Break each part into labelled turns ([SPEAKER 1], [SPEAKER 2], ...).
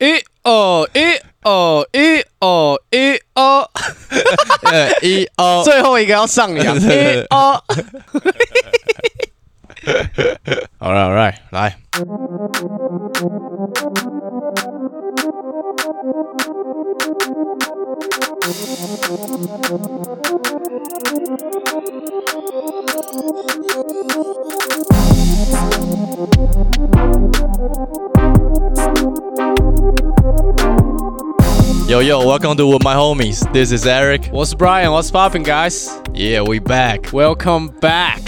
[SPEAKER 1] 一哦一哦一哦一哦，
[SPEAKER 2] 呃，一哦，
[SPEAKER 1] 最后一个要上扬，一 哦，
[SPEAKER 2] 好了，好了，来，yo yo, welcome to with my homies. This is Eric.
[SPEAKER 1] 我是 Brian，我是 Popping Guys。
[SPEAKER 2] Yeah, we back.
[SPEAKER 1] Welcome back.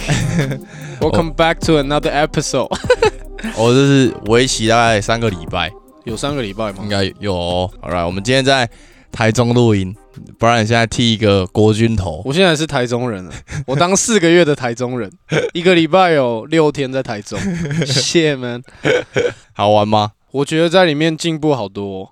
[SPEAKER 1] Welcome back to another episode.
[SPEAKER 2] 我、这是 Oh, 为期大概三个礼拜，
[SPEAKER 1] 有三个礼拜吗
[SPEAKER 2] 应？该有、哦。好了，我们今天在台中录音，不然你现在剃一个国军头。
[SPEAKER 1] 我现在是台中人了，啊我当四个月的台中 人，一个礼拜有六天在台中。谢 man，
[SPEAKER 2] 好玩吗？
[SPEAKER 1] 我觉得在里面进步好多哦、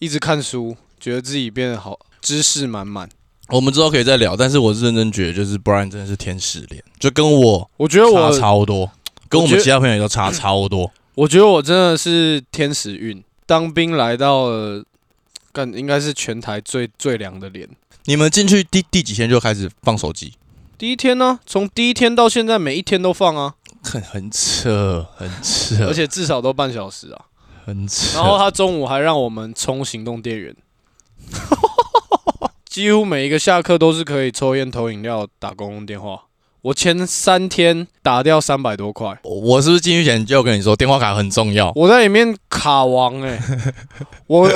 [SPEAKER 1] 一直看书，觉得自己变得好，知识满满。
[SPEAKER 2] 我们之后可以再聊，但是我是认真觉得，就是 Brian 真的是天使脸，就跟我
[SPEAKER 1] 我觉得
[SPEAKER 2] 差
[SPEAKER 1] 我，
[SPEAKER 2] 超多，跟我
[SPEAKER 1] 我觉
[SPEAKER 2] 们
[SPEAKER 1] 得
[SPEAKER 2] 其他朋友都差超多。
[SPEAKER 1] 我觉得我真的是天使运，当兵来到了，干应该是全台最最凉的脸。
[SPEAKER 2] 你们进去第第几天就开始放手机，
[SPEAKER 1] 第一天呢、从第一天到现在，每一天都放啊，
[SPEAKER 2] 很很扯，很扯，
[SPEAKER 1] 而且至少都半小时啊。
[SPEAKER 2] 很扯。
[SPEAKER 1] 然后他中午还让我们冲行动电源，几乎每一个下课都是可以抽烟、投饮料、打公用电话。我前三天打掉三百多块，
[SPEAKER 2] 我我是不是进去前就有跟你说电话卡很重要？
[SPEAKER 1] 我在里面卡王 哎、我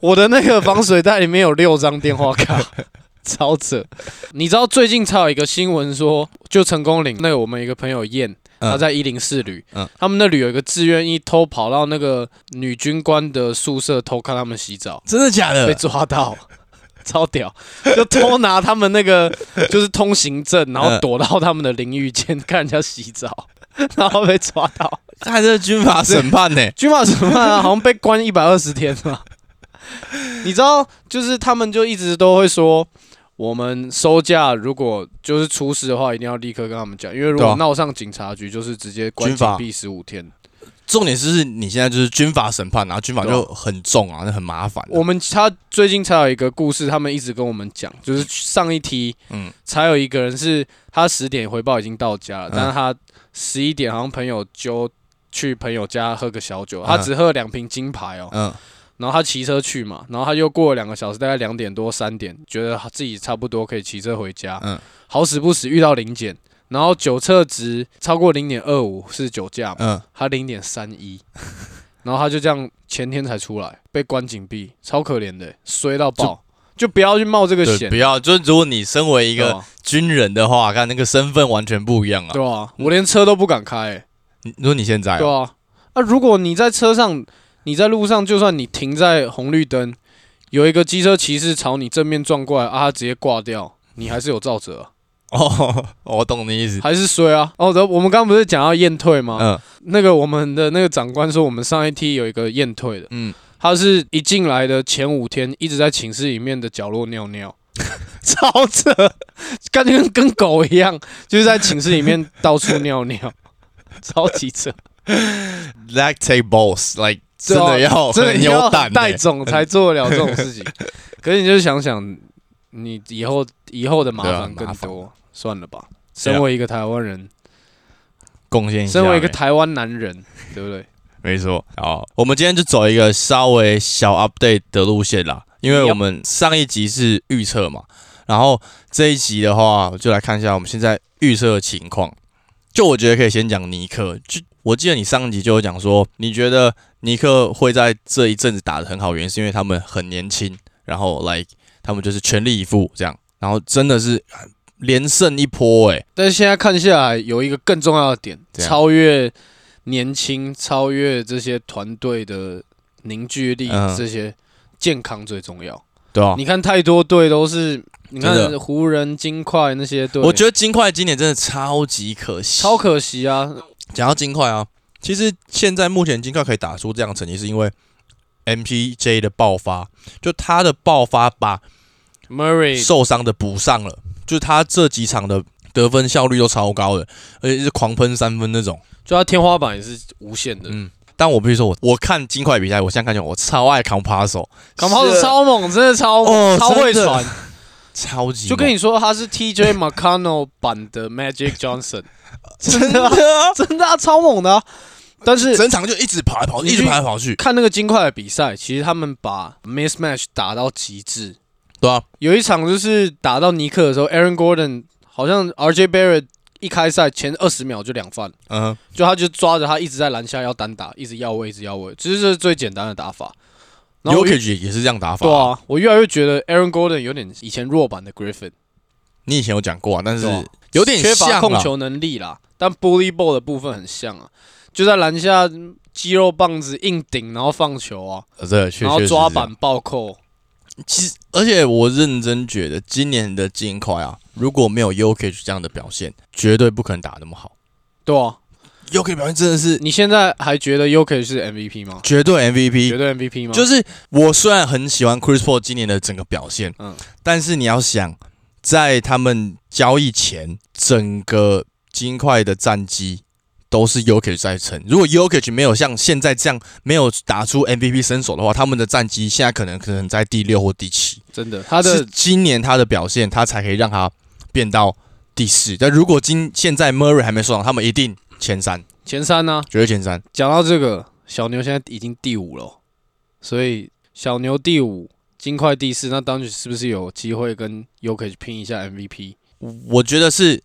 [SPEAKER 1] 我的那个防水袋里面有六张电话卡， 超扯。你知道最近才有一个新闻说，就成功岭那个我们一个朋友燕，
[SPEAKER 2] 嗯
[SPEAKER 1] 他在一零四旅，
[SPEAKER 2] 嗯
[SPEAKER 1] 他们那旅有一个自愿意偷跑到那个女军官的宿舍偷看他们洗澡，
[SPEAKER 2] 真的假
[SPEAKER 1] 被
[SPEAKER 2] 的？
[SPEAKER 1] 抓到。 超屌，就偷拿他们那 个就是通行证，然后
[SPEAKER 2] 嗯
[SPEAKER 1] 躲到他们的淋浴间看人家洗澡，然后被抓到。
[SPEAKER 2] 这还是军法审判呢、
[SPEAKER 1] 军法审判啊，好像被关一百二十天嘛。你知道，就是他们就一直都会说，我们收假如果就是出事的话，一定要立刻跟他们讲，因为如
[SPEAKER 2] 对
[SPEAKER 1] 果
[SPEAKER 2] 啊
[SPEAKER 1] 闹上警察局，就是直接关
[SPEAKER 2] 军
[SPEAKER 1] 禁
[SPEAKER 2] 法
[SPEAKER 1] 闭十五天。
[SPEAKER 2] 重点是你现在就是军法审判，然后军法就很重啊，那很麻烦、
[SPEAKER 1] 我们他最近才有一个故事，他们一直跟我们讲，就是上一题，嗯
[SPEAKER 2] 嗯，
[SPEAKER 1] 才有一个人是他十点回报已经到家了，
[SPEAKER 2] 嗯
[SPEAKER 1] 但是他十一点好像朋友揪去朋友家喝个小酒，他
[SPEAKER 2] 嗯
[SPEAKER 1] 只喝两瓶金牌哦、
[SPEAKER 2] 嗯，
[SPEAKER 1] 然后他骑车去嘛，然后他又过了两个小时，大概两点多三点，觉得自己差不多可以骑车回家。
[SPEAKER 2] 嗯
[SPEAKER 1] 好死不死遇到零检，然后酒测值超过零点二五是酒驾嘛，
[SPEAKER 2] 嗯，
[SPEAKER 1] 他零点三 一，然后他就这样前天才出来，被关紧闭，超可怜的，衰到爆，就不要去冒这个
[SPEAKER 2] 对，
[SPEAKER 1] 险哦
[SPEAKER 2] 不。要，就是如果你身为一
[SPEAKER 1] 对
[SPEAKER 2] 个
[SPEAKER 1] 吧？
[SPEAKER 2] 军人的话，看那个身份完全不一样啊。
[SPEAKER 1] 对吧？我连车都不敢开、欸，
[SPEAKER 2] 你如果你现在
[SPEAKER 1] 对
[SPEAKER 2] 啊，
[SPEAKER 1] 啊，啊，如果你在车上，你在路上，就算你停在红绿灯，有一个机车骑士朝你正面撞过来，啊，他直接挂掉，你还是有照责啊、
[SPEAKER 2] 哦，我懂你意思。
[SPEAKER 1] 还是衰啊。哦，然后我们刚刚不是讲要验退吗？
[SPEAKER 2] 嗯
[SPEAKER 1] 那个我们的那个长官说，我们上一梯有一个验退的，
[SPEAKER 2] 嗯，
[SPEAKER 1] 他是一进来的前五天一直在寝室里面的角落尿 尿。超扯，感觉跟跟狗一样，就是在寝室里面到处尿 尿，超级扯。
[SPEAKER 2] that take balls like 真
[SPEAKER 1] 对啊
[SPEAKER 2] 的要
[SPEAKER 1] 真的
[SPEAKER 2] 哦很
[SPEAKER 1] 你要
[SPEAKER 2] 有胆
[SPEAKER 1] 很带
[SPEAKER 2] 欸
[SPEAKER 1] 种才做得了这种事 情。可是你就想想，你以后以后的麻烦
[SPEAKER 2] 对啊
[SPEAKER 1] 更
[SPEAKER 2] 麻烦
[SPEAKER 1] 多，算了吧。
[SPEAKER 2] 对啊
[SPEAKER 1] 身为一个台湾人，
[SPEAKER 2] 贡献一下。
[SPEAKER 1] 身为一个
[SPEAKER 2] 欸
[SPEAKER 1] 台湾男人，对不对？
[SPEAKER 2] 没错，好，我们今天就走一个稍微小 update 的路线啦，因为我们上一集是预测嘛，然后这一集的话，我就来看一下我们现在预测的情况。就我觉得可以先讲尼克，就我记得你上一集就有讲说，你觉得尼克会在这一阵子打得很好，原因是因为他们很年轻，然后来他们就是全力以赴这样，然后真的是呃连胜一波欸诶、
[SPEAKER 1] 但是现在看下来，有一个更重要的点，
[SPEAKER 2] 怎样
[SPEAKER 1] 超越年轻，超越这些团队的凝聚力，
[SPEAKER 2] 嗯
[SPEAKER 1] 这些健康最重要。
[SPEAKER 2] 对啊，
[SPEAKER 1] 你看太多队都是，你
[SPEAKER 2] 真
[SPEAKER 1] 看
[SPEAKER 2] 的
[SPEAKER 1] 湖人、金块那些队，
[SPEAKER 2] 我觉得金块今年真的超级可惜，
[SPEAKER 1] 超可惜啊。
[SPEAKER 2] 讲到金块啊，其实现在目前金块可以打出这样的成绩，是因为 MPJ 的爆发，就他的爆发把
[SPEAKER 1] Murray
[SPEAKER 2] 受伤的补上了，就是他这几场的得分效率都超高的，而且是狂喷三分那种。
[SPEAKER 1] 就他天花板也是无限的。
[SPEAKER 2] 嗯，但我必须说我，我看金块比赛，我现在看起来我超爱 Compasso，
[SPEAKER 1] 港炮手超猛，真的超
[SPEAKER 2] 啊哦
[SPEAKER 1] 超会
[SPEAKER 2] 真的
[SPEAKER 1] 传，
[SPEAKER 2] 超级猛，
[SPEAKER 1] 就跟你说他是 TJ McConnell 版的 Magic Johnson，真
[SPEAKER 2] 真
[SPEAKER 1] 的
[SPEAKER 2] 的
[SPEAKER 1] 啊
[SPEAKER 2] 啊、
[SPEAKER 1] 真的啊，超猛的啊、但是
[SPEAKER 2] 整场就一直跑来跑去，
[SPEAKER 1] 你
[SPEAKER 2] 一
[SPEAKER 1] 去
[SPEAKER 2] 直跑来跑去，
[SPEAKER 1] 看那个金块的比赛，其实他们把 mismatch 打到极致。
[SPEAKER 2] 对啊，
[SPEAKER 1] 有一场就是打到尼克的时候，Aaron Gordon 好像 RJ Barrett 一开赛前二十秒就两犯，
[SPEAKER 2] 嗯哼，
[SPEAKER 1] 就他就抓着他一直在篮下要单打，一直要位，一直要位，其实这是最简单的打法。然后我
[SPEAKER 2] 有
[SPEAKER 1] 越
[SPEAKER 2] k 也是这样打法。
[SPEAKER 1] 对，啊，我越来越觉得 Aaron Gordon 有点以前弱版的 Griffin，
[SPEAKER 2] 你以前有讲过啊，但是
[SPEAKER 1] 对啊
[SPEAKER 2] 有点
[SPEAKER 1] 缺
[SPEAKER 2] 像
[SPEAKER 1] 乏
[SPEAKER 2] 啊
[SPEAKER 1] 控球能力啦，但 bully ball 的部分很像啊，就在篮下嗯肌肉棒子硬顶，然后放球啊，
[SPEAKER 2] 呃对，确
[SPEAKER 1] 然后
[SPEAKER 2] 确实
[SPEAKER 1] 抓
[SPEAKER 2] 是这样
[SPEAKER 1] 板暴扣，
[SPEAKER 2] 其实，而且我认真觉得今年的金块啊，如果没有 y o k i 这样的表现，绝对不可能打那么好。
[SPEAKER 1] 对啊，
[SPEAKER 2] y o k i 表现真的是
[SPEAKER 1] 你现在还觉得 UK 是 MVP 吗？
[SPEAKER 2] 绝
[SPEAKER 1] 绝
[SPEAKER 2] 对 MVP。
[SPEAKER 1] 对 MVP 吗？
[SPEAKER 2] 就是我虽然很喜欢 Chris Paul 今年的整个表现，
[SPEAKER 1] 嗯
[SPEAKER 2] 但是你要想，在他们交易前，整个金块的战绩都是 y o k i 在撑。如果 y o k i 没有像现在这样没有打出 MVP 身手的话，他们的战绩现在可能可能在第六或第七。
[SPEAKER 1] 真的，他
[SPEAKER 2] 是
[SPEAKER 1] 的
[SPEAKER 2] 今年他的表现，他才可以让他变到第四。但如果今现在 Murray 还没受伤，他们一定前三，
[SPEAKER 1] 前三呢、
[SPEAKER 2] 绝对前三。
[SPEAKER 1] 讲到这个，小牛现在已经第五了哦，所以小牛第五，金块第四，那当局是不是有机会跟 UK 拼一下 MVP？
[SPEAKER 2] 我觉得是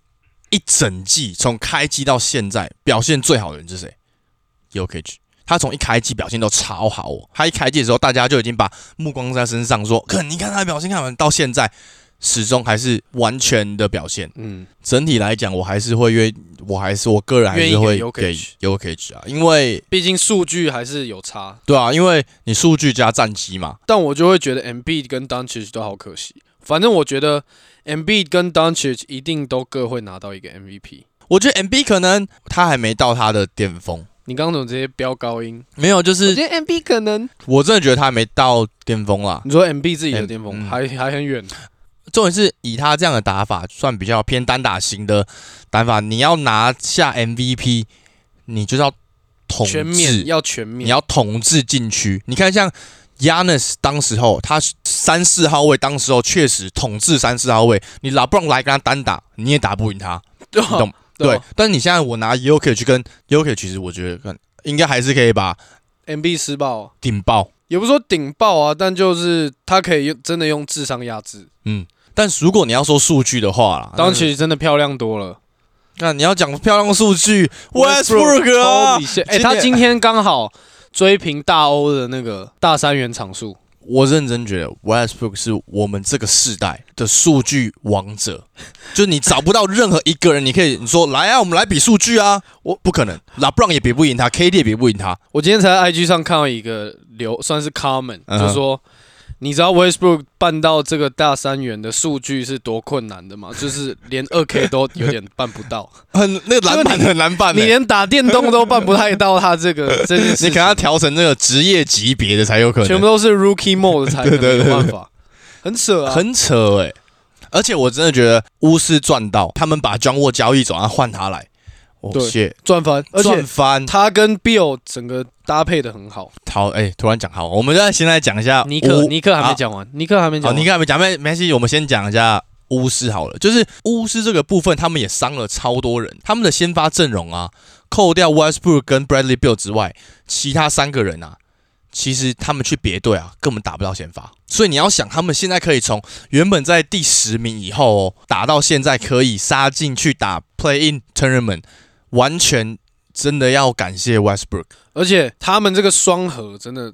[SPEAKER 2] 一整季从开季到现在表现最好的人是谁 u k 他从一开季表现都超好哦，他一开季的时候，大家就已经把目光在他身上说，可你看他的表现，看完到现在，始终还是完全的表现。
[SPEAKER 1] 嗯，
[SPEAKER 2] 整体来讲，我还是会约，我还是我个人还
[SPEAKER 1] 愿意
[SPEAKER 2] 是
[SPEAKER 1] 给
[SPEAKER 2] 会
[SPEAKER 1] Jokic
[SPEAKER 2] 给 u k 啊，因为
[SPEAKER 1] 毕竟数据还是有差，
[SPEAKER 2] 对啊，因为你数据加战绩嘛，
[SPEAKER 1] 但我就会觉得 MB 跟 d u n c i c 都好可惜。反正我觉得 MB 跟 d u n c i c 一定都各会拿到一个 MVP。
[SPEAKER 2] 我觉得 MB 可能他还没到他的巅峰，
[SPEAKER 1] 你刚刚怎么直接飙高音？
[SPEAKER 2] 没有，就
[SPEAKER 1] 我
[SPEAKER 2] 是
[SPEAKER 1] 觉得 MB 可能，
[SPEAKER 2] 我真的觉得他还没到巅峰啦。
[SPEAKER 1] 你说 MB 自己的巅峰
[SPEAKER 2] 嗯
[SPEAKER 1] 还还很远，
[SPEAKER 2] 重点是以他这样的打法，算比较偏单打型的打法，你要拿下 MVP，你就是要统
[SPEAKER 1] 全面
[SPEAKER 2] 治，
[SPEAKER 1] 要全面
[SPEAKER 2] 你。要统治禁区。你看像 Yanis 当时候，他三四号位当时候确实统治三四号位，你老布朗来跟他单打，你也打不赢他。
[SPEAKER 1] 对啊
[SPEAKER 2] 你懂
[SPEAKER 1] 对
[SPEAKER 2] 对
[SPEAKER 1] 啊，
[SPEAKER 2] 但是你现在我拿 y o k i 去跟 y o k i 其实我觉得看应该还是可以把
[SPEAKER 1] ，MB 施暴啊。
[SPEAKER 2] 顶爆。
[SPEAKER 1] 也不是说顶爆啊，但就是他可以用真的用智商压制。
[SPEAKER 2] 但是如果你要说数据的话啦，
[SPEAKER 1] 当时真的漂亮多了。
[SPEAKER 2] 那你要讲漂亮数据，Westbrook 啊
[SPEAKER 1] Holy，shit，哎、
[SPEAKER 2] 今天
[SPEAKER 1] 他今天刚好追平大欧的那个大三元场数，
[SPEAKER 2] 我认真觉得 Westbrook 是我们这个世代的数据王者，就是你找不到任何一个人，你可以你说来啊，我们来比数据啊，我不可能，拉布朗也比不赢他，KD 也比不赢他，
[SPEAKER 1] 我今天才在 IG 上看到一个流算是 comment，、
[SPEAKER 2] 嗯哼
[SPEAKER 1] 就说你知道 Westbrook 办到这个大三元的数据是多困难的吗？就是连二 K 都有点办不到，
[SPEAKER 2] 很那个篮板
[SPEAKER 1] 就是
[SPEAKER 2] 很难办
[SPEAKER 1] 你
[SPEAKER 2] 的，
[SPEAKER 1] 连打电动都办不太到他这 个这件事
[SPEAKER 2] 你
[SPEAKER 1] 情
[SPEAKER 2] 可能要调成那个职业级别的才有可能，
[SPEAKER 1] 全部都是 Rookie Mode 才可能有办法，很扯啊，
[SPEAKER 2] 很扯哎、而且我真的觉得巫师赚到，他们把庄沃交易走，然后换他来，哦
[SPEAKER 1] 对
[SPEAKER 2] 谢，
[SPEAKER 1] 赚翻，而且
[SPEAKER 2] 赚翻
[SPEAKER 1] 他跟 Bill 整个搭配的很好。
[SPEAKER 2] 好哎、突然讲好，我们再先来讲一下
[SPEAKER 1] 尼克，
[SPEAKER 2] 巫啊
[SPEAKER 1] 尼克还没
[SPEAKER 2] 好
[SPEAKER 1] 讲完，尼克还没
[SPEAKER 2] 好，
[SPEAKER 1] 讲
[SPEAKER 2] 啊尼
[SPEAKER 1] 完。
[SPEAKER 2] 克还没讲，没没关系，我们先讲一下巫师好了。就是巫师这个部分，他们也伤了超多人，他们的先发阵容啊，扣掉 Westbrook 跟 Bradley Bill 之外，其他三个人啊，其实他们去别队啊，根本打不到先发。所以你要想，他们现在可以从原本在第十名以后哦，打到现在可以杀进去打 Play In Tournament，完全真的要感谢 Westbrook。
[SPEAKER 1] 而且他们这个双核真的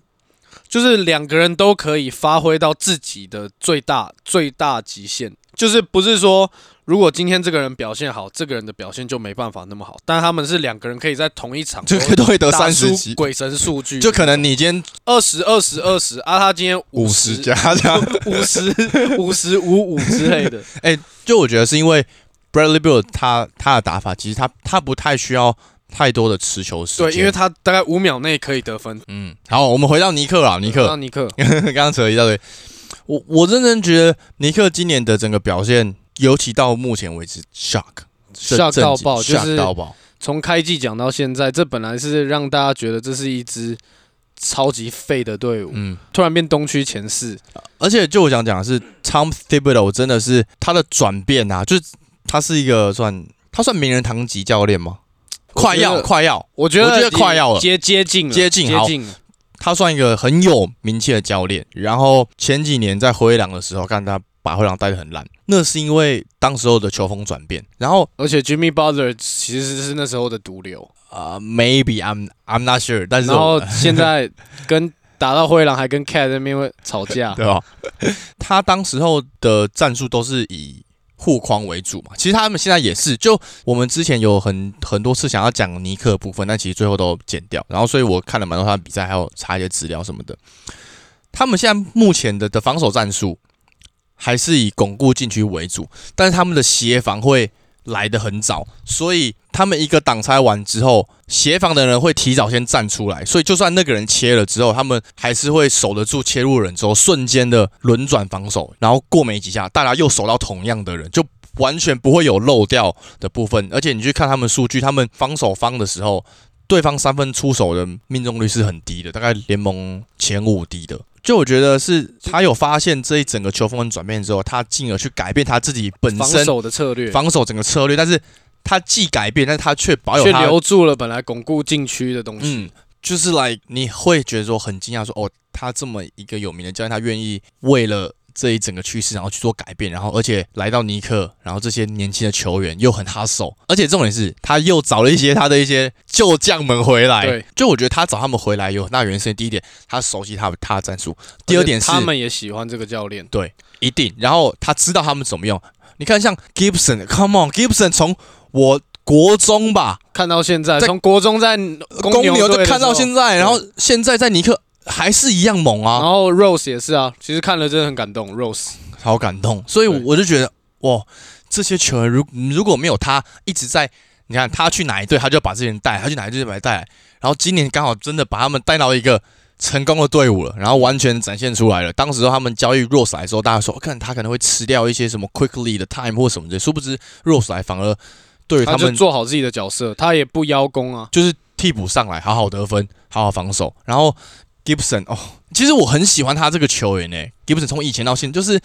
[SPEAKER 1] 就是两个人都可以发挥到自己的最大最大极限，就是不是说如果今天这个人表现好，这个人的表现就没办法那么好，但他们是两个人可以在同一场
[SPEAKER 2] 就
[SPEAKER 1] 都
[SPEAKER 2] 都会得
[SPEAKER 1] 打
[SPEAKER 2] 三
[SPEAKER 1] 出
[SPEAKER 2] 十级，
[SPEAKER 1] 鬼神数据，
[SPEAKER 2] 就可能你今天
[SPEAKER 1] 二十二十二十啊，他今天
[SPEAKER 2] 五十
[SPEAKER 1] 十
[SPEAKER 2] 加加。
[SPEAKER 1] 五十五十五五之类的，
[SPEAKER 2] 就我觉得是因为 Bradley Bill 他他的打法，其实他他不太需要太多的持球 时间。
[SPEAKER 1] 对，因为他大概五秒内可以得分。
[SPEAKER 2] 嗯，好，我们回到尼克啊，尼
[SPEAKER 1] 让
[SPEAKER 2] 克
[SPEAKER 1] 尼 克，
[SPEAKER 2] 刚刚扯了一大堆，我我认真觉得尼克今年的整个表现，尤其到目前为止，shock
[SPEAKER 1] 吓到爆，就
[SPEAKER 2] 震惊 shock
[SPEAKER 1] 是
[SPEAKER 2] 到爆，
[SPEAKER 1] 从开季讲到现在，这本来是让大家觉得这是一支超级废的队伍，
[SPEAKER 2] 嗯，
[SPEAKER 1] 突然变东区前四，
[SPEAKER 2] 而且就我想讲的是，Tom Thibodeau 真的是他的转变啊，就是他是一个算他算名人堂级教练吗？
[SPEAKER 1] 我
[SPEAKER 2] 快
[SPEAKER 1] 觉
[SPEAKER 2] 要
[SPEAKER 1] 得
[SPEAKER 2] 快要，
[SPEAKER 1] 我觉得
[SPEAKER 2] 我觉得
[SPEAKER 1] 已经
[SPEAKER 2] 快要了
[SPEAKER 1] 接接近了
[SPEAKER 2] 接近
[SPEAKER 1] 接
[SPEAKER 2] 好
[SPEAKER 1] 近了。
[SPEAKER 2] 他算一个很有名气的教练。然后前几年在灰狼的时候，看他把灰狼带得很烂，那是因为当时候的球风转变。然后
[SPEAKER 1] 而且 Jimmy Butler 其实是那时候的毒瘤，
[SPEAKER 2] 啊、m a y b e I'm I'm not sure，但是哦
[SPEAKER 1] 然
[SPEAKER 2] 我
[SPEAKER 1] 后现 在跟打到灰狼还跟 Cat 那边会吵架，
[SPEAKER 2] 对吧？啊 他当时候的战术都是以护框为主嘛，其实他们现在也是。就我们之前有很很多次想要讲尼克的部分，但其实最后都剪掉。然后所以我看了蛮多他的比赛，还有查一些资料什么的。他们现在目前的的防守战术还是以巩固禁区为主，但是他们的协防会来得很早，所以他们一个挡拆完之后，协防的人会提早先站出来，所以就算那个人切了之后，他们还是会守得住切入人之后瞬间的轮转防守，然后过没几下，大家又守到同样的人，就完全不会有漏掉的部分。而且你去看他们数据，他们防守方的时候。对方三分出手的命中率是很低的，大概联盟前五低的。就我觉得是他有发现这一整个球风的转变之后，他进而去改变他自己本
[SPEAKER 1] 防
[SPEAKER 2] 身
[SPEAKER 1] 守的策略，
[SPEAKER 2] 防守整个策略，但是他既改变，但是他却保有
[SPEAKER 1] 却
[SPEAKER 2] 他
[SPEAKER 1] 留住了本来巩固禁区的东西。
[SPEAKER 2] 嗯，就是 like 你会觉得说很惊讶说，哦，他这么一个有名的教练，他愿意为了这一整个趋势，然后去做改变，然后而且来到尼克，然后这些年轻的球员又很 hustle，而且重点是他又找了一些他的一些旧将们回来，
[SPEAKER 1] 对，
[SPEAKER 2] 就我觉得他找他们回来有很大原因是第一点，他熟悉他的他的战术，第二点是
[SPEAKER 1] 他们也喜欢这个教练，
[SPEAKER 2] 一定。然后他知道他们怎么用。你看，像 Gibson，Come on，Gibson 从我国中吧，
[SPEAKER 1] 看到现在
[SPEAKER 2] 在
[SPEAKER 1] 从国中在
[SPEAKER 2] 公
[SPEAKER 1] 公
[SPEAKER 2] 牛就
[SPEAKER 1] 队的
[SPEAKER 2] 看
[SPEAKER 1] 时
[SPEAKER 2] 到
[SPEAKER 1] 候
[SPEAKER 2] 现在，然后现在在尼克还是一样猛
[SPEAKER 1] 然
[SPEAKER 2] 啊，
[SPEAKER 1] 后 Rose 也是啊，其实看了真的很感动，Rose
[SPEAKER 2] 好感动。所以
[SPEAKER 1] 对
[SPEAKER 2] 我就觉得，哇，这些球员如如果没有他一直在，你看他去哪一队，他就把这些人带来，他去哪一队就把他带来。然后今年刚好真的把他们带到一个成功的队伍了，然后完全展现出来了。当时候他们交易 Rose 来的时候，大家说，哦看他可能会吃掉一些什么 Quickly 的 time 或什么的，殊不知 Rose 来反而对于
[SPEAKER 1] 他
[SPEAKER 2] 他
[SPEAKER 1] 就
[SPEAKER 2] 们
[SPEAKER 1] 做好自己的角色，他也不邀功啊。
[SPEAKER 2] 就是替补上来，好好得分，好好防守。然后 Gibson 哦，其实我很喜欢他这个球员呢、Gibson 欸从以前到现在，就是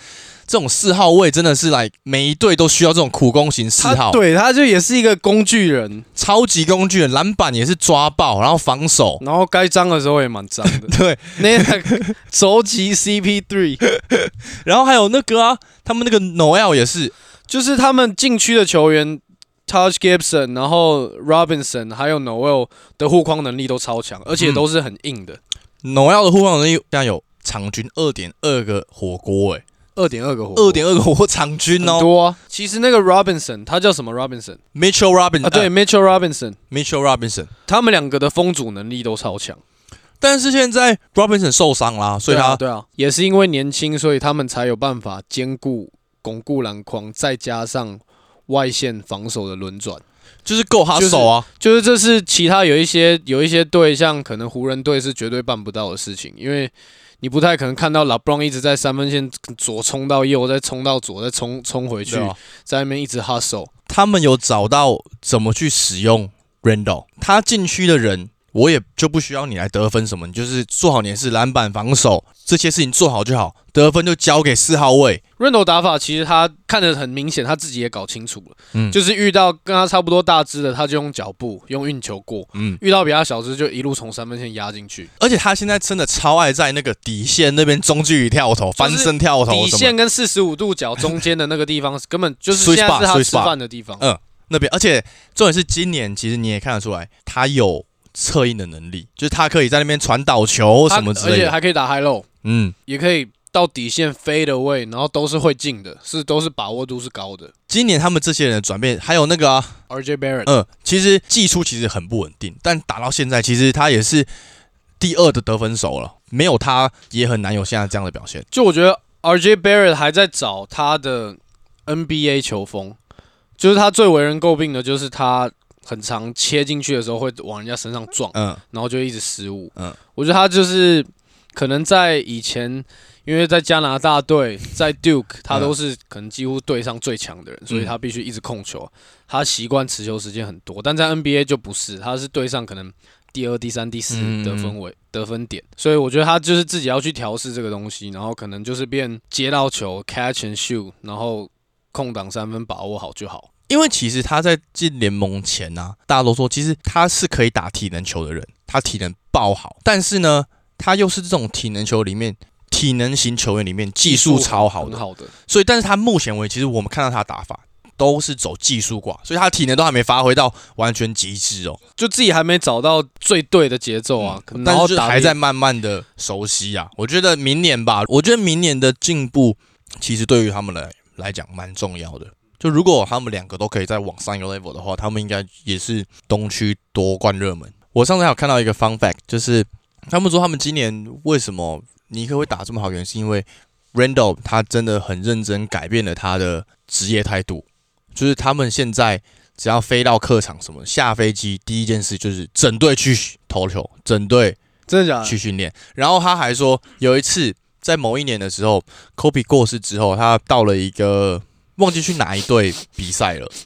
[SPEAKER 2] 这种四号位真的是来每一队都需要这种苦攻型四
[SPEAKER 1] 他
[SPEAKER 2] 号，
[SPEAKER 1] 对，他就也是一个工具人，
[SPEAKER 2] 超级工具人，篮板也是抓爆，然后防守。。
[SPEAKER 1] 然后该脏的时候也蛮脏的
[SPEAKER 2] 对，
[SPEAKER 1] 那个轴级 CP3
[SPEAKER 2] 然后还有那个啊，他们那个 Noel 也是，
[SPEAKER 1] 就是他们禁区的球员 t o u c h Gibson，然后 Robinson 还有 Noel 的护框能力都超强，而且都是很硬的，
[SPEAKER 2] Noel 的护框能力现在有场均二点二个火锅、欸，
[SPEAKER 1] 二点二个火锅，
[SPEAKER 2] 二点二个火锅场均
[SPEAKER 1] 很
[SPEAKER 2] 哦。
[SPEAKER 1] 多啊。其实那个 Robinson 他叫什么 Robinson
[SPEAKER 2] Mitchell Robinson
[SPEAKER 1] 啊？对、
[SPEAKER 2] 呃
[SPEAKER 1] m i t c h e l Robinson，
[SPEAKER 2] Mitchell Robinson，
[SPEAKER 1] 他们两个的封阻能力都超强。
[SPEAKER 2] 但是现在 Robinson 受伤啦，所以
[SPEAKER 1] 对
[SPEAKER 2] 他
[SPEAKER 1] 啊对啊，也是因为年轻，所以他们才有办法兼顾巩固篮筐，再加上外线防守的轮转。
[SPEAKER 2] 就是够他手啊，
[SPEAKER 1] 就是这是其他有一些有一些队，像可能湖人队是绝对办不到的事情，因为你不太可能看到老布朗一直在三分线左冲到右，再冲到左，再冲冲回去
[SPEAKER 2] 对，啊
[SPEAKER 1] 在那边一直 hustle。
[SPEAKER 2] 他们有找到怎么去使用 Randall，他禁区的人，我也就不需要你来得分什么，你就是做好你的事，篮板、防守这些事情做好就好，得分就交给四号位。
[SPEAKER 1] 润斗打法其实他看得很明显，他自己也搞清楚了，
[SPEAKER 2] 嗯
[SPEAKER 1] 就是遇到跟他差不多大只的，他就用脚步用运球过，
[SPEAKER 2] 嗯，
[SPEAKER 1] 遇到比他小只就一路从三分线压进去。
[SPEAKER 2] 而且他现在真的超爱在那个底线那边中距离跳投、翻身跳投
[SPEAKER 1] 底
[SPEAKER 2] 什
[SPEAKER 1] 线
[SPEAKER 2] 么
[SPEAKER 1] 跟四十五度角中间的那个地方，根本就是
[SPEAKER 2] Sweet
[SPEAKER 1] 现在
[SPEAKER 2] spot，
[SPEAKER 1] 是他
[SPEAKER 2] sweet
[SPEAKER 1] 吃
[SPEAKER 2] spot
[SPEAKER 1] 饭的地
[SPEAKER 2] 呃
[SPEAKER 1] 方。
[SPEAKER 2] 那边，而且重点是今年其实你也看得出来，他有策应的能力，就是他可以在那边传导球
[SPEAKER 1] 他
[SPEAKER 2] 什么之
[SPEAKER 1] 而
[SPEAKER 2] 类
[SPEAKER 1] 且
[SPEAKER 2] 的。
[SPEAKER 1] 还可以打 high low，
[SPEAKER 2] 嗯，
[SPEAKER 1] 也可以到底线飞的位，然后都是会进的，是都是把握度是高的。
[SPEAKER 2] 今年他们这些人的转变，还有那个啊，
[SPEAKER 1] RJ Barrett，、
[SPEAKER 2] 嗯，其实技术其实很不稳定，但打到现在，其实他也是第二的得分手了，没有他也很难有现在这样的表现。
[SPEAKER 1] 就我觉得 RJ Barrett 还在找他的 NBA 球风，就是他最为人诟病的就是他很常切进去的时候会往人家身上撞，
[SPEAKER 2] 嗯，
[SPEAKER 1] 然后就一直失误。
[SPEAKER 2] 嗯
[SPEAKER 1] 我觉得他就是可能在以前，因为在加拿大 队，在 Duke，他
[SPEAKER 2] 嗯
[SPEAKER 1] 都是可能几乎队上最强的人，所以他必须一直控球，他习惯持球时间很多。但在 NBA 就不是，他是队上可能第二、第三、第四
[SPEAKER 2] 嗯
[SPEAKER 1] 得分位得分点，所以我觉得他就是自己要去调试这个东西，然后可能就是变接到球 catch and shoot，然后空档三分把握好就好。
[SPEAKER 2] 因为其实他在进联盟前啊，大家都说其实他是可以打体能球的人，他体能爆好，但是呢，他又是这种体能球里面体能型球员里面技术超好
[SPEAKER 1] 很
[SPEAKER 2] 的，
[SPEAKER 1] 好的，
[SPEAKER 2] 所以但是他目前为止，其实我们看到他打法都是走技术挂，所以他的体能都还没发挥到完全极致哦。
[SPEAKER 1] 就自己还没找到最对的节奏啊，可能然
[SPEAKER 2] 嗯但
[SPEAKER 1] 后
[SPEAKER 2] 是就是
[SPEAKER 1] 打得
[SPEAKER 2] 还
[SPEAKER 1] 也
[SPEAKER 2] 在慢慢的熟悉啊。我觉得明年吧，我觉得明年的进步其实对于他们来来讲蛮重要的。就如果他们两个都可以再往上一个 level 的话，他们应该也是东区夺冠热门。我上次还有看到一个 fun fact，就是他们说他们今年为什么尼克会打这么好，原因是因为 Randall 他真的很认真改变了他的职业态度，就是他们现在只要飞到客场什么，下飞机第一件事就是整队去投球，整队
[SPEAKER 1] 真的假的？
[SPEAKER 2] 去训练。然后他还说，有一次在某一年的时候，Kobe 过世之后，他到了一个忘记去哪一队比赛了。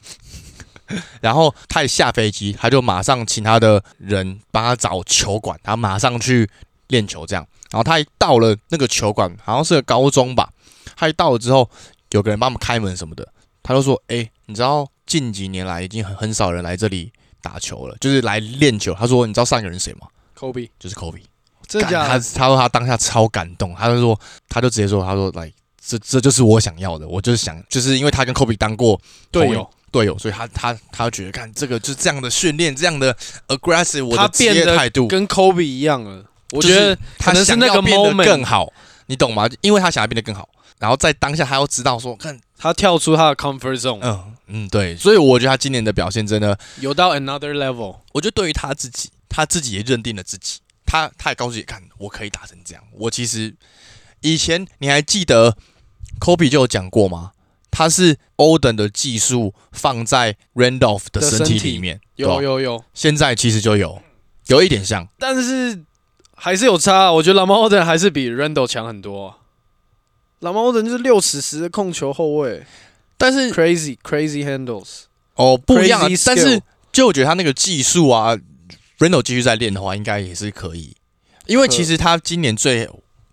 [SPEAKER 2] 然后他一下飞机，他就马上请他的人帮他找球馆，他马上去练球这样。然后他一到了那个球馆，好像是个高中吧，他一到了之后，有个人帮我们开门什么的，他就说：“哎，你知道近几年来已经很很少人来这里打球了，就是来练球。”他说：“你知道上一个人是谁吗？
[SPEAKER 1] Kobe，
[SPEAKER 2] 就是 Kobe。”
[SPEAKER 1] 真的
[SPEAKER 2] 干
[SPEAKER 1] 假
[SPEAKER 2] 他
[SPEAKER 1] 的？
[SPEAKER 2] 他说他当下超感动，他就说，他就直接说，他说来，这这就是我想要的，我就是想，就是因为他跟科比当过
[SPEAKER 1] 队
[SPEAKER 2] 同一
[SPEAKER 1] 友，
[SPEAKER 2] 队友，所以他他他觉得看这个就是这样的训练，这样的 aggressive，我
[SPEAKER 1] 他
[SPEAKER 2] 的职
[SPEAKER 1] 变
[SPEAKER 2] 业
[SPEAKER 1] 得
[SPEAKER 2] 态度，
[SPEAKER 1] 跟 Kobe 一样了。我
[SPEAKER 2] 就是
[SPEAKER 1] 觉得
[SPEAKER 2] 他
[SPEAKER 1] 可能是
[SPEAKER 2] 想
[SPEAKER 1] 那
[SPEAKER 2] 要
[SPEAKER 1] 个
[SPEAKER 2] 变得
[SPEAKER 1] moment，
[SPEAKER 2] 更好，你懂吗？因为他想要变得更好，然后在当下他要知道说，看，
[SPEAKER 1] 他跳出他的 comfort zone，
[SPEAKER 2] 嗯嗯，对，所以我觉得他今年的表现真的，
[SPEAKER 1] 有到 another level。
[SPEAKER 2] 我觉得对于他自己，他自己也认定了自己，他他也告诉自己，看我可以打成这样。我其实以前你还记得 Kobe 就有讲过吗？他是 Oden 的技术放在 Randolph 的
[SPEAKER 1] 的
[SPEAKER 2] 身体
[SPEAKER 1] 身体
[SPEAKER 2] 里面，对啊吧
[SPEAKER 1] 有，有有，
[SPEAKER 2] 现在其实就有有一点像，
[SPEAKER 1] 但是还是有差啊。我觉得 Lamar Odom 还是比 Randall 强很多啊。Lamar Odom 就是六尺十的控球后卫
[SPEAKER 2] 但是
[SPEAKER 1] ，crazy crazy handles。
[SPEAKER 2] 哦不一样啊
[SPEAKER 1] Crazy skill。
[SPEAKER 2] 但是就我觉得他那个技术啊，Randolph 继续在练的话，应该也是可以，因为
[SPEAKER 1] 可
[SPEAKER 2] 其实他今年最。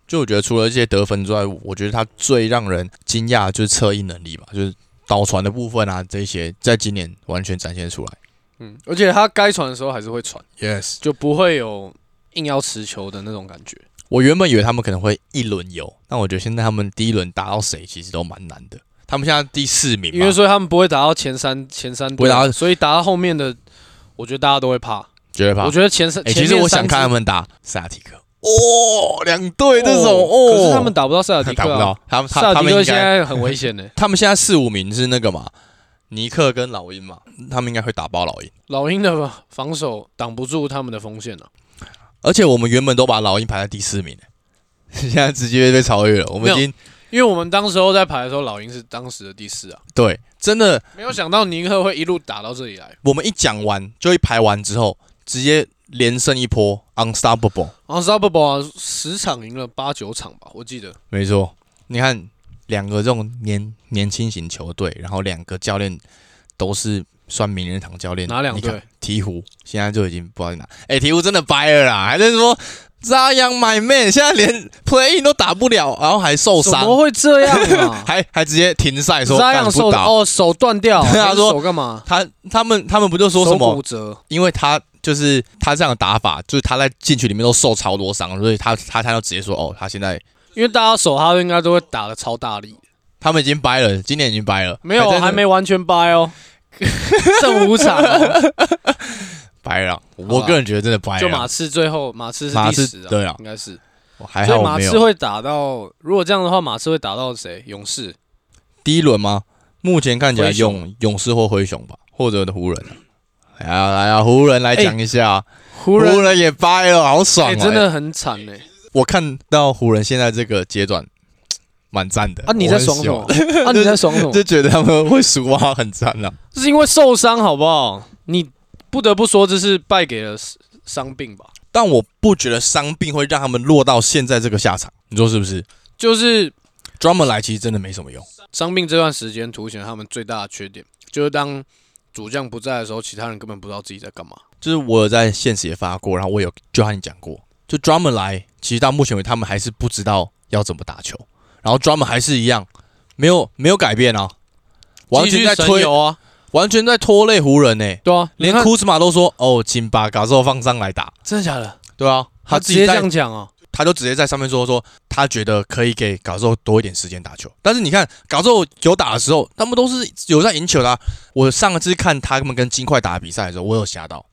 [SPEAKER 2] 就我觉得除了这些得分之外，我觉得他最让人惊讶的就是侧翼能力吧，就是导传的部分啊，这些在今年完全展现出来。
[SPEAKER 1] 嗯，而且他该传的时候还是会传，
[SPEAKER 2] Yes，
[SPEAKER 1] 就不会有硬要持球的那种感觉。
[SPEAKER 2] 我原本以为他们可能会一轮游，但我觉得现在他们第一轮打到谁其实都蛮难的。他们现在第四名嘛，
[SPEAKER 1] 因为所以他们不会打到前三前三队，
[SPEAKER 2] 不会打到
[SPEAKER 1] 所以打到后面的，我觉得大家都会怕。
[SPEAKER 2] 觉得吧
[SPEAKER 1] 我？觉得前三，
[SPEAKER 2] 哎、
[SPEAKER 1] 前
[SPEAKER 2] 其实
[SPEAKER 1] 面
[SPEAKER 2] 我
[SPEAKER 1] 三
[SPEAKER 2] 想看他
[SPEAKER 1] 支
[SPEAKER 2] 们打塞尔提克。哦，两队 这种哦，
[SPEAKER 1] 可是他们打不到塞尔
[SPEAKER 2] 他
[SPEAKER 1] 迪
[SPEAKER 2] 打
[SPEAKER 1] 克、
[SPEAKER 2] 不
[SPEAKER 1] 啊
[SPEAKER 2] 到，，他们
[SPEAKER 1] 塞
[SPEAKER 2] 他
[SPEAKER 1] 尔
[SPEAKER 2] 他
[SPEAKER 1] 迪
[SPEAKER 2] 们
[SPEAKER 1] 克
[SPEAKER 2] 应
[SPEAKER 1] 现
[SPEAKER 2] 该
[SPEAKER 1] 在很危险呢、
[SPEAKER 2] 他们现在四五名是那个嘛，尼克跟老鹰嘛，他们应该会打爆老鹰。
[SPEAKER 1] 老鹰的防守挡不住他们的锋线啊。
[SPEAKER 2] 而且我们原本都把老鹰排在第四名、 现在直接被超越了。我
[SPEAKER 1] 没
[SPEAKER 2] 们
[SPEAKER 1] 有
[SPEAKER 2] 已经
[SPEAKER 1] 因为我们当时候在排的时候，老鹰是当时的第四啊，
[SPEAKER 2] 对真的，
[SPEAKER 1] 没有想到尼克会一路打到这里来
[SPEAKER 2] 我们一讲完就一排完之后，直接连胜一波，unstoppable。
[SPEAKER 1] ，unstoppable 啊，十场赢了八九场吧，我记得。
[SPEAKER 2] 没错，你看两个这种年年轻型球队，然后两个教练都是算名人堂教练，
[SPEAKER 1] 哪两
[SPEAKER 2] 你看
[SPEAKER 1] 队？
[SPEAKER 2] 鹈鹕现在就已经不知道在哪。哎、鹈鹕真的掰了啦，还在说扎样 my man，现在连 play in 都打不了，然后还受
[SPEAKER 1] 怎
[SPEAKER 2] 伤
[SPEAKER 1] 么，会这样啊？
[SPEAKER 2] 还哦 还直接停赛说
[SPEAKER 1] 这样
[SPEAKER 2] 干
[SPEAKER 1] 手
[SPEAKER 2] 不打。
[SPEAKER 1] 哦手断掉，
[SPEAKER 2] 对啊
[SPEAKER 1] 还是
[SPEAKER 2] 说
[SPEAKER 1] 手干嘛？
[SPEAKER 2] 他他们他们不就说什
[SPEAKER 1] 手
[SPEAKER 2] 么
[SPEAKER 1] 骨？折，
[SPEAKER 2] 因为他就是他这样的打法，就是他在禁区里面都受超多伤，所以他他他就直接说哦，他现在
[SPEAKER 1] 因为大家手他应该都会打的超大力，
[SPEAKER 2] 他们已经掰了，今年已经掰了，
[SPEAKER 1] 没有
[SPEAKER 2] 真的
[SPEAKER 1] 还没完全掰 哦，剩五场哦
[SPEAKER 2] 掰了。我个人觉得真的掰了，
[SPEAKER 1] 就马刺最后马刺是
[SPEAKER 2] 哎马
[SPEAKER 1] 第
[SPEAKER 2] 刺
[SPEAKER 1] 十啊，
[SPEAKER 2] 对啊
[SPEAKER 1] 应该是，
[SPEAKER 2] 我还
[SPEAKER 1] 所
[SPEAKER 2] 好
[SPEAKER 1] 以
[SPEAKER 2] 我
[SPEAKER 1] 马
[SPEAKER 2] 没
[SPEAKER 1] 刺
[SPEAKER 2] 有
[SPEAKER 1] 会打到，如果这样的话，马刺会打到谁？勇士。
[SPEAKER 2] 第一轮吗？目前看起来
[SPEAKER 1] 灰熊
[SPEAKER 2] 勇勇士或灰熊吧，或者湖人啊。来啊来啊，湖人来讲一下，
[SPEAKER 1] 哎
[SPEAKER 2] 啊
[SPEAKER 1] 湖
[SPEAKER 2] 湖人也掰了，好爽、
[SPEAKER 1] 哎，
[SPEAKER 2] 啊！
[SPEAKER 1] 真，的很惨 哎！
[SPEAKER 2] 我看到湖人现在这个阶段，蛮赞的
[SPEAKER 1] 啊，你在爽什么
[SPEAKER 2] 我很喜？
[SPEAKER 1] 啊，你在爽什么
[SPEAKER 2] 欢？就觉得他们会输啊，很赞啊。
[SPEAKER 1] 这是因为受伤好不好？你不得不说，这是败给了伤病吧？
[SPEAKER 2] 但我不觉得伤病会让他们落到现在这个下场，你说是不是？
[SPEAKER 1] 就是
[SPEAKER 2] 专门来其实真的没什么用，
[SPEAKER 1] 伤病这段时间凸显他们最大的缺点，就是当主将不在的时候，其他人根本不知道自己在干嘛。
[SPEAKER 2] 就是我有在现实也发过，然后我有就和你讲过，就专门来，其实到目前为止他们还是不知道要怎么打球，然后专门还是一样，没有没有改变啊，完全
[SPEAKER 1] 继续
[SPEAKER 2] 在
[SPEAKER 1] 神
[SPEAKER 2] 推，
[SPEAKER 1] 游啊，
[SPEAKER 2] 完全在拖累湖人呢、欸
[SPEAKER 1] 对啊，你
[SPEAKER 2] 连
[SPEAKER 1] 看
[SPEAKER 2] 库兹马都说哦，请把嘎之后放上来打，
[SPEAKER 1] 真的假的？
[SPEAKER 2] 对啊，他
[SPEAKER 1] 他
[SPEAKER 2] 自
[SPEAKER 1] 直
[SPEAKER 2] 己
[SPEAKER 1] 接这
[SPEAKER 2] 在
[SPEAKER 1] 样讲啊，
[SPEAKER 2] 他就直接在上面说说，他觉得可以给搞之后多一点时间打球。但是你看，搞之后有打的时候，他们都是有在赢球的、啊。我上一次看他们跟金块打比赛的时候，我有吓到，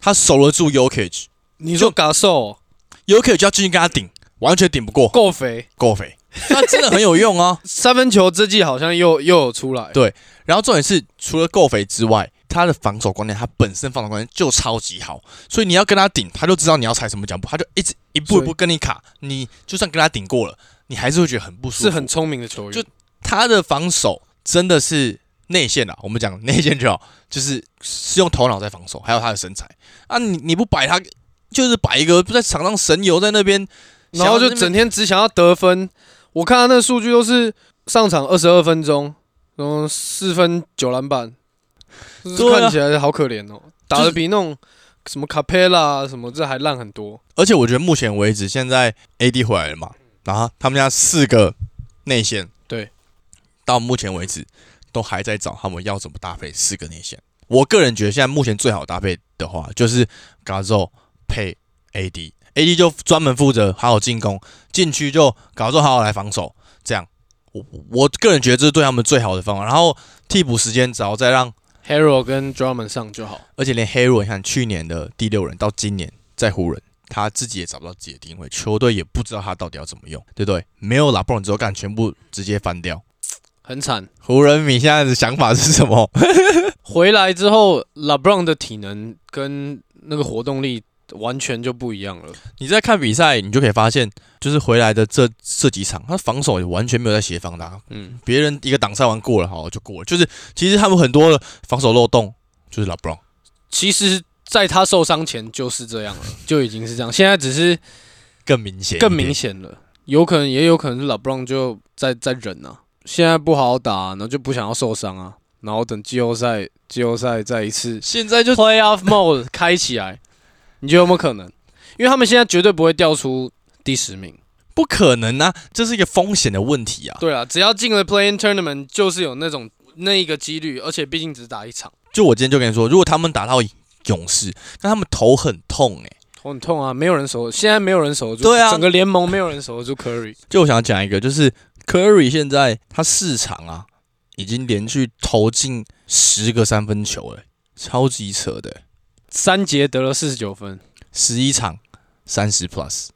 [SPEAKER 2] 他守得住 Yokich，Yokich
[SPEAKER 1] 你说嘎瘦
[SPEAKER 2] 要进去跟他顶，完全顶不过，
[SPEAKER 1] 够肥，
[SPEAKER 2] 够肥，那真的很有用啊。
[SPEAKER 1] 三分球这季好像又又有出来，
[SPEAKER 2] 对然后重点是，除了够肥之外，他的防守观念，他本身防守观念就超级好，所以你要跟他顶，他就知道你要踩什么脚步，他就一直一步一步跟你卡。你就算跟他顶过了，你还是会觉得很不舒服，
[SPEAKER 1] 是很聪明的球员，
[SPEAKER 2] 就他的防守真的是内线啊，我们讲内线就好，就是是用头脑在防守，还有他的身材啊，你你不摆他，就是摆一个在场上神游在那边，
[SPEAKER 1] 然后
[SPEAKER 2] 想要
[SPEAKER 1] 就
[SPEAKER 2] 在那边
[SPEAKER 1] 整天只想要得分。我看他那个数据都是上场二十二分钟，然后四分九篮板，就是
[SPEAKER 2] 对啊
[SPEAKER 1] 看起来好可怜哦，打的比那种什么卡佩拉什么这还烂很多。
[SPEAKER 2] 而且我觉得目前为止，现在 AD 回来了嘛，然后他们家四个内线，
[SPEAKER 1] 对，
[SPEAKER 2] 到目前为止都还在找他们要怎么搭配四个内线。我个人觉得现在目前最好搭配的话，就是 Gazo 配 AD，AD 就专门负责好好进攻，禁区就 Gazo 好好来防守，这样。我我个人觉得这是对他们最好的方法。然后替补时间只要再让
[SPEAKER 1] Hero 跟 Drummond 上就好，
[SPEAKER 2] 而且连 Hero，你看去年的第六人到今年在湖人，他自己也找不到自己的定位，球队也不知道他到底要怎么用，对不对？没有拉布朗之后，干全部直接翻掉。
[SPEAKER 1] 很惨。
[SPEAKER 2] 湖人米现在的想法是什么？
[SPEAKER 1] 回来之后，LeBron 的体能跟那个活动力完全就不一样了。
[SPEAKER 2] 你在看比赛，你就可以发现，就是回来的这这几场，他防守也完全没有在协防的啊、
[SPEAKER 1] 嗯，
[SPEAKER 2] 别人一个挡拆完过了，好就过了。就是其实他们很多的防守漏洞，就是拉布朗。
[SPEAKER 1] 其实在他受伤前就是这样了，就已经是这样，现在只是
[SPEAKER 2] 更明显，
[SPEAKER 1] 更明。显了，有可能也有可能是 LeBron 就在在忍啊，现在不好好打、然后就不想要受伤啊，然后等季后赛季后赛再一次
[SPEAKER 2] 现在就
[SPEAKER 1] Playoff Mode 开起来，你觉得有没有可能？因为他们现在绝对不会掉出第十名。
[SPEAKER 2] 不可能啊，这是一个风险的问题啊。
[SPEAKER 1] 对啊，只要进了 Play-in Tournament 就是有那种那一个几率，而且毕竟只打一场，
[SPEAKER 2] 就我今天就跟你说，如果他们打到勇士，那他们头很痛欸诶、
[SPEAKER 1] 头很痛啊，没有人守，现在没有人守得住，
[SPEAKER 2] 对啊
[SPEAKER 1] 整个联盟没有人守得住 Curry。
[SPEAKER 2] 就我想讲一个，就是 Curry 现在他市场啊，已经连续投进十个三分球诶、超级扯的、欸
[SPEAKER 1] 三节得了四十九分，
[SPEAKER 2] 十一场三十 plus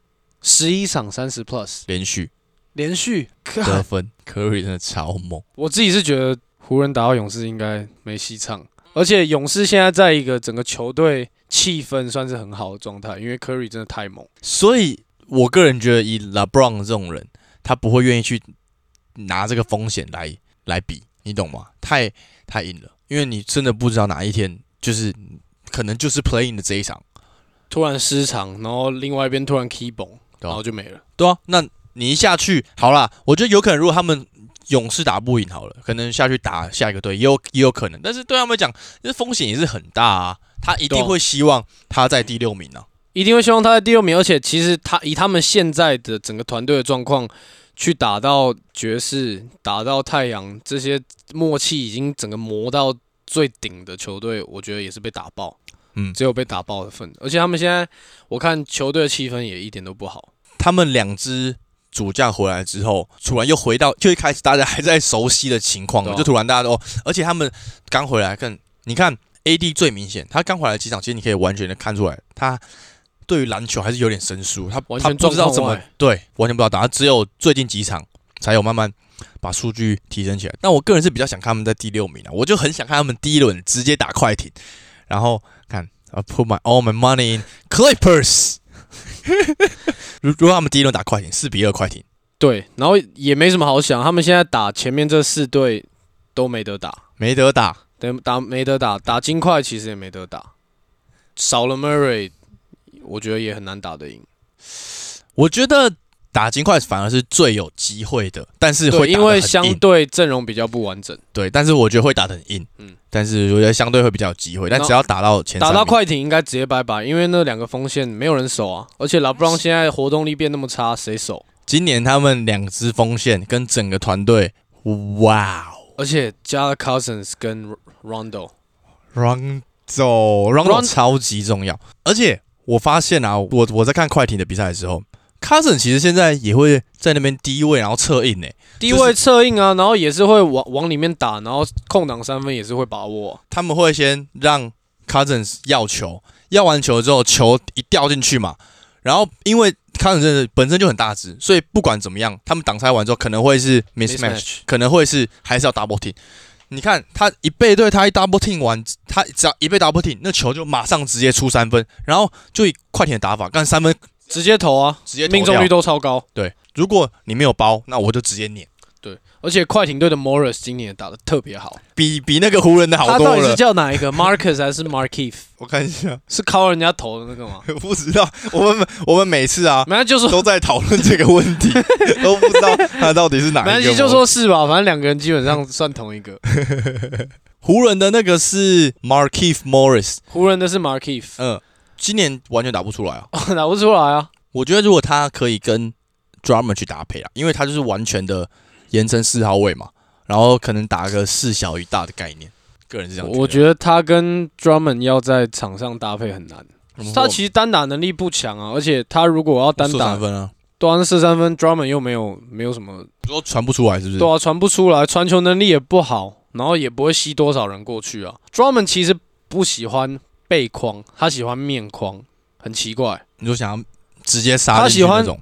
[SPEAKER 1] 十一场三十 plus
[SPEAKER 2] 连续
[SPEAKER 1] 连续，
[SPEAKER 2] 得分，Curry 真的超猛。
[SPEAKER 1] 我自己是觉得湖人打到勇士应该没戏唱，而且勇士现在在一个整个球队气氛算是很好的状态，因为 Curry 真的太猛。
[SPEAKER 2] 所以我个人觉得，以 LeBron 这种人，他不会愿意去拿这个风险来来比，你懂吗？太太硬了，因为你真的不知道哪一天就是可能就是 playing 的这一场。
[SPEAKER 1] 突然失常，然后另外一边突然 key 崩，
[SPEAKER 2] 对啊
[SPEAKER 1] 然后就没了。
[SPEAKER 2] 对啊，那你一下去，好啦，我觉得有可能，如果他们勇士打不赢好了，可能下去打下一个队也有也有可能，但是对他们来讲，这风险也是很大啊。他一定
[SPEAKER 1] 对啊
[SPEAKER 2] 会希望他在第六名啊，
[SPEAKER 1] 一定会希望他在第六名，而且其实他以他们现在的整个团队的状况，去打到爵士、打到太阳这些默契已经整个磨到最顶的球队，我觉得也是被打爆，
[SPEAKER 2] 嗯
[SPEAKER 1] 只有被打爆的份。而且他们现在我看球队的气氛也一点都不好。
[SPEAKER 2] 他们两支主将回来之后，突然又回到就一开始大家还在熟悉的情况了，
[SPEAKER 1] 对啊
[SPEAKER 2] 就突然大家都，哦而且他们刚回来更，你看 AD 最明显，他刚回来几场，其实你可以完全的看出来，他对于篮球还是有点生疏，他
[SPEAKER 1] 完
[SPEAKER 2] 他
[SPEAKER 1] 全
[SPEAKER 2] 不知道怎
[SPEAKER 1] 状况
[SPEAKER 2] 么
[SPEAKER 1] 外
[SPEAKER 2] 对，完全不知道打，他只有最近几场才有慢慢。把数据提升起来，但我个人是比较想看他们在第六名啊，我就很想看他们第一轮直接打快艇，然后看啊，put my all my money in Clippers。如如果他们第一轮打快艇，四比二快艇，
[SPEAKER 1] 对，然后也没什么好想，他们现在打前面这四队都没得打，
[SPEAKER 2] 没得打，
[SPEAKER 1] 等打没得打，打金块其实也没得打，少了 Murray，我觉得也很难打得赢。
[SPEAKER 2] 我觉得打金块反而是最有机会的，但是
[SPEAKER 1] 对，
[SPEAKER 2] 会打得
[SPEAKER 1] 因为
[SPEAKER 2] 很
[SPEAKER 1] 相
[SPEAKER 2] 硬
[SPEAKER 1] 对阵容比较不完整，
[SPEAKER 2] 对，但是我觉得会打得很硬，
[SPEAKER 1] 嗯
[SPEAKER 2] 嗯，但是我觉得相对会比较有机会，但
[SPEAKER 1] 那
[SPEAKER 2] 只要打到前三
[SPEAKER 1] 打到
[SPEAKER 2] 名
[SPEAKER 1] 快艇应该直接拜拜，因为那两个锋线没有人守啊，而且拉布朗现在活动力变那么差，谁守？
[SPEAKER 2] 今年他们两支锋线跟整个团队，哇哦
[SPEAKER 1] 而且加了 Cousins 跟 Rondo，
[SPEAKER 2] ，Rondo，Rondo
[SPEAKER 1] Rondo-
[SPEAKER 2] 超级重要。而且我发现啊，我我在看快艇的比赛的时候，Cousin 其实现在也会在那边低位，然后策应欸呢、
[SPEAKER 1] 低位策应啊，然后也是会往往里面打，然后空档三分也是会把握啊、
[SPEAKER 2] 他们会先让 Cousins 要球，要完球之后，球一掉进去嘛，然后因为 Cousins 真的本身就很大只，所以不管怎么样，他们挡拆完之后可能会是 mismatch，
[SPEAKER 1] Mismatch
[SPEAKER 2] 可能会是还是要 double team。你看他一背对他一 double team 完，他只要一被 double team，那球就马上直接出三分，然后就以快艇的打法，干三分
[SPEAKER 1] 直接投啊，
[SPEAKER 2] 直接投
[SPEAKER 1] 命中
[SPEAKER 2] 掉
[SPEAKER 1] 率都超高。
[SPEAKER 2] 对。如果你没有包，那我就直接撵，
[SPEAKER 1] 对，而且快艇队的 Morris 今年也打得特别好，
[SPEAKER 2] 比比那个湖人的好
[SPEAKER 1] 他到
[SPEAKER 2] 多
[SPEAKER 1] 底是
[SPEAKER 2] 了。
[SPEAKER 1] 叫哪一个 Marcus 还是 Markeith？
[SPEAKER 2] 我看一下，
[SPEAKER 1] 是靠人家投的那个 吗？
[SPEAKER 2] 我不知道，我们我们每次啊，
[SPEAKER 1] 没关系，就说
[SPEAKER 2] 都在讨论这个问题，都不知道他到底是哪
[SPEAKER 1] 没
[SPEAKER 2] 一个
[SPEAKER 1] 关
[SPEAKER 2] 模式。
[SPEAKER 1] 系，就说是吧，反正两个人基本上算同一个。
[SPEAKER 2] 湖人的那个是 Markif Morris，
[SPEAKER 1] 湖人的是 Markeith，
[SPEAKER 2] 嗯，今年完全打不出来啊。
[SPEAKER 1] 拿不出来啊。
[SPEAKER 2] 我觉得如果他可以跟 Drummer 去搭配啊，因为他就是完全的延伸四号位嘛，然后可能打个四小于大的概念。个人是这样
[SPEAKER 1] 我
[SPEAKER 2] 觉
[SPEAKER 1] 觉得他跟 Drummond 要在场上搭配很难。
[SPEAKER 2] 得
[SPEAKER 1] 他其实单打能力不强啊，而且他如果要单
[SPEAKER 2] 单
[SPEAKER 1] 打
[SPEAKER 2] 三，分啊，
[SPEAKER 1] 对啊，射三分，Drummond 又没有没有什么，
[SPEAKER 2] 你说传不出来是不是？
[SPEAKER 1] 对啊，传不出来，传球能力也不好，然后也不会吸多少人过去啊。Drummond 其实不喜欢背框，他喜欢面框，很奇怪，
[SPEAKER 2] 你就想要直接杀
[SPEAKER 1] 他
[SPEAKER 2] 进
[SPEAKER 1] 喜
[SPEAKER 2] 去那
[SPEAKER 1] 欢
[SPEAKER 2] 种，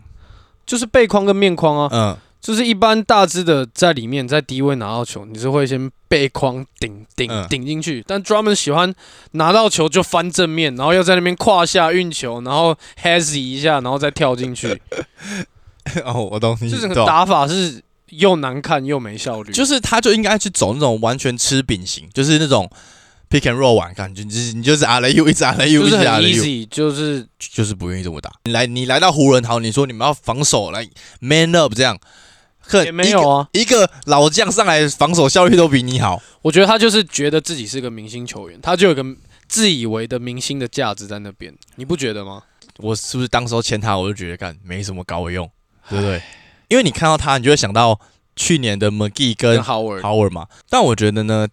[SPEAKER 1] 就是背框跟面框啊，
[SPEAKER 2] 嗯，
[SPEAKER 1] 就是一般大只的在里面在低位拿到球，你是会先背框顶顶
[SPEAKER 2] 嗯
[SPEAKER 1] 顶进去，但 Drummond 喜欢拿到球就翻正面，然后要在那边胯下运球，然后 hazy 一下，然后再跳进 去，
[SPEAKER 2] 哦，我懂你，
[SPEAKER 1] 这整个
[SPEAKER 2] 懂
[SPEAKER 1] 打法是又难看又没效率。
[SPEAKER 2] 就是他就应该去走那种完全吃饼型，就是那种 pick and roll 玩，感觉你就是你就是 R l U 一直 R l
[SPEAKER 1] 就
[SPEAKER 2] U
[SPEAKER 1] 是
[SPEAKER 2] 一直
[SPEAKER 1] 很
[SPEAKER 2] R l U，
[SPEAKER 1] easy，就是
[SPEAKER 2] 就是不愿意这么打。你来你来到湖人好，你说你们要防守来 man up 这样，可
[SPEAKER 1] 也没有啊。
[SPEAKER 2] 一个一个老将上来防守效率都比你好，
[SPEAKER 1] 我觉得他就是觉得自己是个明星球员，他就有个自以为的明星的价值在那边，你不觉得吗？
[SPEAKER 2] 我是不是当时候签他我就觉得干没什么高用，对不对？因为你看到他，你就会想到去年的 McGee 跟
[SPEAKER 1] 跟 Howard
[SPEAKER 2] Howard 嘛。但我觉得呢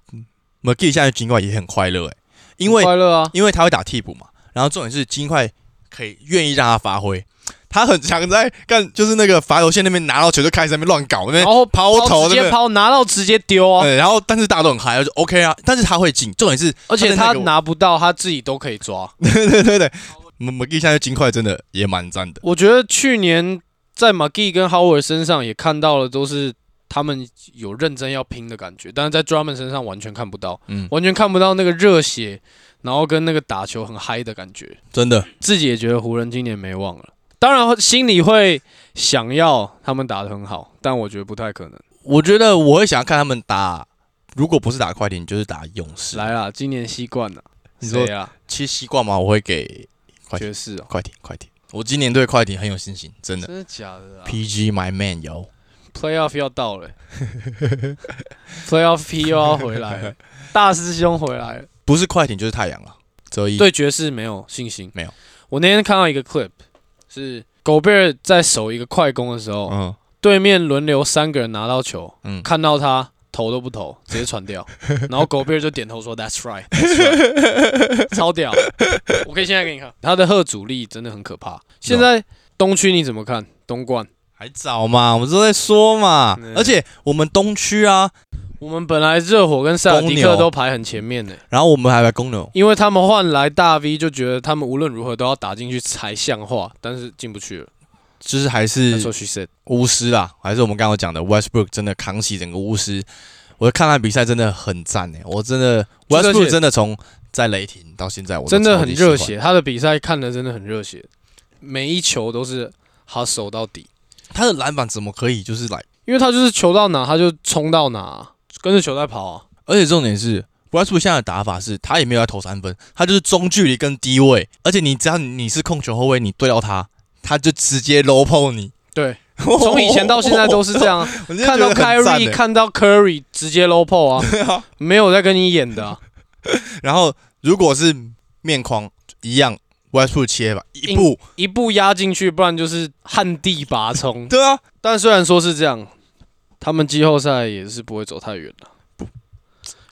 [SPEAKER 2] ，McGee 现在尽管也很快乐诶、欸因为
[SPEAKER 1] 快乐啊，
[SPEAKER 2] 因为他会打替补嘛。然后重点是金块可以愿意让他发挥，他很常在干，就是那个罚球线那边拿到球就开始在那边乱搞，那边
[SPEAKER 1] 然后
[SPEAKER 2] 抛投
[SPEAKER 1] 直
[SPEAKER 2] 那
[SPEAKER 1] 接
[SPEAKER 2] 边。
[SPEAKER 1] 抛，拿到直接丢啊。
[SPEAKER 2] 对，然后但是大家都很嗨，就 OK 啊。但是他会进，重点是，
[SPEAKER 1] 而且他
[SPEAKER 2] 他的那个
[SPEAKER 1] 拿不到，他自己都可以抓。
[SPEAKER 2] 对对对对，我们现在金块真的也蛮赞的。
[SPEAKER 1] 我觉得去年在 McGee 跟 Howard 身上也看到了，都是他们有认真要拼的感觉，但是在 Drummond 身上完全看不到，
[SPEAKER 2] 嗯，
[SPEAKER 1] 完全看不到那个热血，然后跟那个打球很嗨的感觉。
[SPEAKER 2] 真的，
[SPEAKER 1] 自己也觉得湖人今年没望了，当然心里会想要他们打得很好，但我觉得不太可能。
[SPEAKER 2] 我觉得我会想要看他们打，如果不是打快艇，就是打勇士。
[SPEAKER 1] 来啦，今年西冠了，
[SPEAKER 2] 你说
[SPEAKER 1] 谁啊？
[SPEAKER 2] 其实西冠嘛，我会给快
[SPEAKER 1] 爵士哦，
[SPEAKER 2] 快艇，快艇。我今年对快艇很有信心，真的。
[SPEAKER 1] 真的假的啊
[SPEAKER 2] PG my man 有。
[SPEAKER 1] ？Playoff 要到了欸，Playoff P 又要回来了，大师兄回来了。
[SPEAKER 2] 不是快艇就是太阳了，择一。
[SPEAKER 1] 对爵士没有信心，
[SPEAKER 2] 没有。
[SPEAKER 1] 我那天看到一个 clip，是狗贝尔在守一个快攻的时候，
[SPEAKER 2] 嗯，
[SPEAKER 1] 对面轮流三个人拿到球，
[SPEAKER 2] 嗯
[SPEAKER 1] 看到他投都不投，直接传 掉，然后狗贝尔就点头说 That's right，, that's right 超屌！我可以现在给你看，他的贺主力真的很可怕。现在东区你怎么看？东冠，
[SPEAKER 2] 还早嘛，我们都在说嘛。
[SPEAKER 1] 嗯
[SPEAKER 2] 而且我们东区啊，
[SPEAKER 1] 我们本来热火跟塞尔
[SPEAKER 2] 公
[SPEAKER 1] 迪克
[SPEAKER 2] 牛
[SPEAKER 1] 都排很前面呢、
[SPEAKER 2] 然后我们还来公牛，
[SPEAKER 1] 因为他们换来大 V 就觉得他们无论如何都要打进去才像话，但是进不去了。
[SPEAKER 2] 就是还
[SPEAKER 1] That's
[SPEAKER 2] 是
[SPEAKER 1] what she said。
[SPEAKER 2] 巫师啊，还是我们刚刚讲的 Westbrook 真的扛起整个巫师。我看他比赛真的很赞哎、我真的
[SPEAKER 1] 就这些
[SPEAKER 2] Westbrook 真的从在雷霆到现在，我都
[SPEAKER 1] 真的很
[SPEAKER 2] 超级喜欢
[SPEAKER 1] 热。血，他的比赛看的真的很热血，每一球都是他守到底，
[SPEAKER 2] 他的篮板怎么可以就是来？
[SPEAKER 1] 因为他就是球到哪他就冲到哪，跟着球在跑啊、
[SPEAKER 2] 而且重点是国外速现在的打法是他也没有在投三分，他就是中距离跟低位，而且你只要你是控球后卫，你对到他，他就直接 low p o 你。
[SPEAKER 1] 对，从以前到现在都是这样啊，
[SPEAKER 2] 我 真的
[SPEAKER 1] 看
[SPEAKER 2] 哦觉
[SPEAKER 1] 到
[SPEAKER 2] 得很赞欸
[SPEAKER 1] Kyrie，看到 Curry 直接 low p o 啊，
[SPEAKER 2] 对 啊。
[SPEAKER 1] 没有在跟你演的啊，
[SPEAKER 2] 然后如果是面框一样，Westbrook 切吧，一
[SPEAKER 1] 硬
[SPEAKER 2] 步，
[SPEAKER 1] 一步压进去，不然就是旱地拔葱。
[SPEAKER 2] 对啊，
[SPEAKER 1] 但虽然说是这样，他们季后赛也是不会走太远了。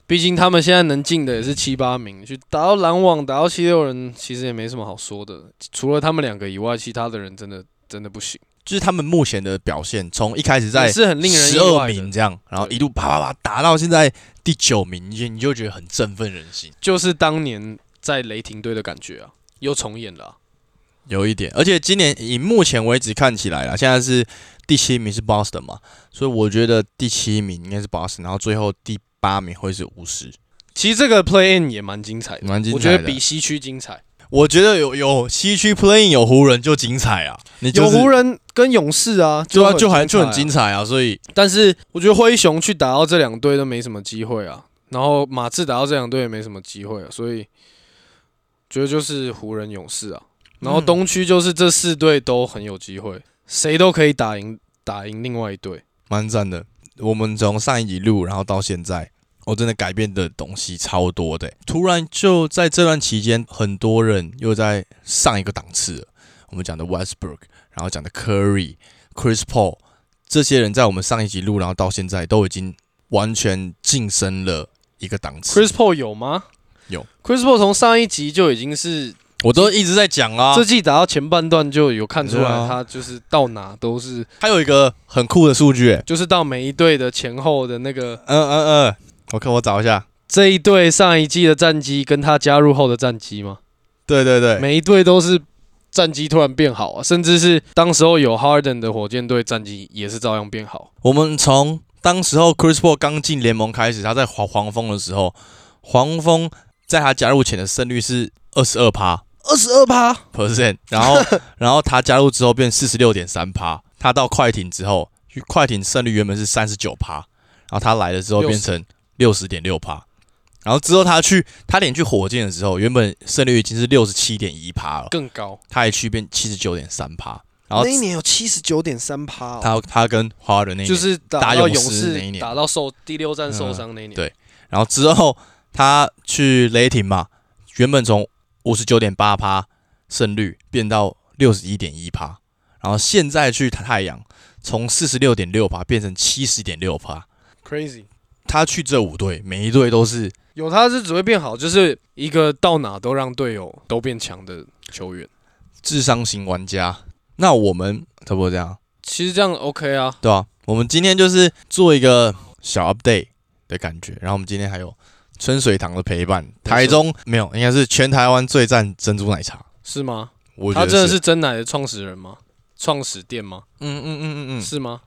[SPEAKER 1] 毕竟他们现在能进的也是七八名，去打到篮网，打到七六人，其实也没什么好说的。除了他们两个以外，其他的人真的真的不行，
[SPEAKER 2] 就是他们目前的表现，从一开始在
[SPEAKER 1] 也是很令人
[SPEAKER 2] 十
[SPEAKER 1] 意
[SPEAKER 2] 二
[SPEAKER 1] 外
[SPEAKER 2] 名
[SPEAKER 1] 的。
[SPEAKER 2] 这样，然后
[SPEAKER 1] 对
[SPEAKER 2] 一路啪啪啪打到现在第九名，你就你就觉得很振奋人心，
[SPEAKER 1] 就是当年在雷霆队的感觉啊，又重演了啊、
[SPEAKER 2] 有一点。而且今年以目前为止看起来啦，现在是第七名是 Boston 嘛，所以我觉得第七名应该是 Boston，然后最后第八名会是巫师，
[SPEAKER 1] 其实这个 play in 也蛮精彩的，
[SPEAKER 2] 蛮精彩
[SPEAKER 1] 我
[SPEAKER 2] 的。
[SPEAKER 1] 觉得比西区精彩。
[SPEAKER 2] 我觉得有有西区 playing 有湖人就精彩啊，你就
[SPEAKER 1] 有
[SPEAKER 2] 是
[SPEAKER 1] 湖人跟勇士啊，
[SPEAKER 2] 对啊，
[SPEAKER 1] 很
[SPEAKER 2] 就还就
[SPEAKER 1] 彩啊
[SPEAKER 2] 很精彩啊，所以
[SPEAKER 1] 但是我觉得灰熊去打到这两队都没什么机会啊，然后马刺打到这两队也没什么机会、啊，所以觉得就是湖人、勇士啊，然后
[SPEAKER 2] 嗯
[SPEAKER 1] 东区就是这四队都很有机会，谁都可以打赢打赢另外一队。
[SPEAKER 2] 蛮赞的。我们从上一集录，然后到现在，我真的改变的东西超多的欸、突然就在这段期间，很多人又在上一个档次了。我们讲的 Westbrook，然后讲的 Curry、Chris Paul，这些人在我们上一集录，然后到现在都已经完全晋升了一个档次。
[SPEAKER 1] Chris Paul 有吗？
[SPEAKER 2] 有。
[SPEAKER 1] Chris Paul 从上一集就已经是
[SPEAKER 2] 我都一直在讲啊
[SPEAKER 1] 这，季打到前半段就有看出
[SPEAKER 2] 对啊
[SPEAKER 1] 来，他就是到哪都是
[SPEAKER 2] 还有一个很酷的数据、欸，
[SPEAKER 1] 就是到每一队的前后的那个
[SPEAKER 2] 嗯嗯嗯，我看我找一下，
[SPEAKER 1] 这一队上一季的战绩跟他加入后的战绩吗？
[SPEAKER 2] 对对对，
[SPEAKER 1] 每一队都是战绩突然变好啊，甚至是当时候有 Harden 的火箭队战绩也是照样变好。
[SPEAKER 2] 我们从当时候 Chris Paul 刚进联盟开始，他在黄黄蜂的时候，黄蜂在他加入前的胜率是二十二趴
[SPEAKER 1] 二十二趴，
[SPEAKER 2] percent，然后然后他加入之后变四十六点三趴，他到快艇之后，快艇胜率原本是三十九趴，然后他来了之后
[SPEAKER 1] 60
[SPEAKER 2] 变成六十点六趴。然后之后他去，他连去火箭的时候，原本胜率已经是六十七点一趴了，
[SPEAKER 1] 更高。
[SPEAKER 2] 他还去变七十九点三趴。然后
[SPEAKER 1] 一年有七十九点三趴哦
[SPEAKER 2] 他他跟花人那一年
[SPEAKER 1] 就是打
[SPEAKER 2] 打
[SPEAKER 1] 到
[SPEAKER 2] 勇
[SPEAKER 1] 勇
[SPEAKER 2] 士那一
[SPEAKER 1] 士
[SPEAKER 2] 年嗯
[SPEAKER 1] 打到受第六战受伤那一年，
[SPEAKER 2] 对然后之后他去雷霆嘛，原本从五十九点八趴胜率变到六十一点一趴，然后现在去太阳从四十六点六趴变成七十点六趴。
[SPEAKER 1] c r a z y
[SPEAKER 2] 他去这五队，每一队都是
[SPEAKER 1] 有他是只会变好，就是一个到哪都让队友都变强的球员。
[SPEAKER 2] 智商型玩家。那我们差不多这样，
[SPEAKER 1] 其实这样 OK 啊，
[SPEAKER 2] 对啊，我们今天就是做一个小 update 的感觉，然后我们今天还有春水堂的陪伴，台中没有，应该是全台湾最赞珍珠奶茶。
[SPEAKER 1] 是吗？
[SPEAKER 2] 我觉
[SPEAKER 1] 他
[SPEAKER 2] 得
[SPEAKER 1] 真的是真奶的创始人吗？创始店吗？
[SPEAKER 2] 嗯嗯嗯嗯嗯，
[SPEAKER 1] 是吗？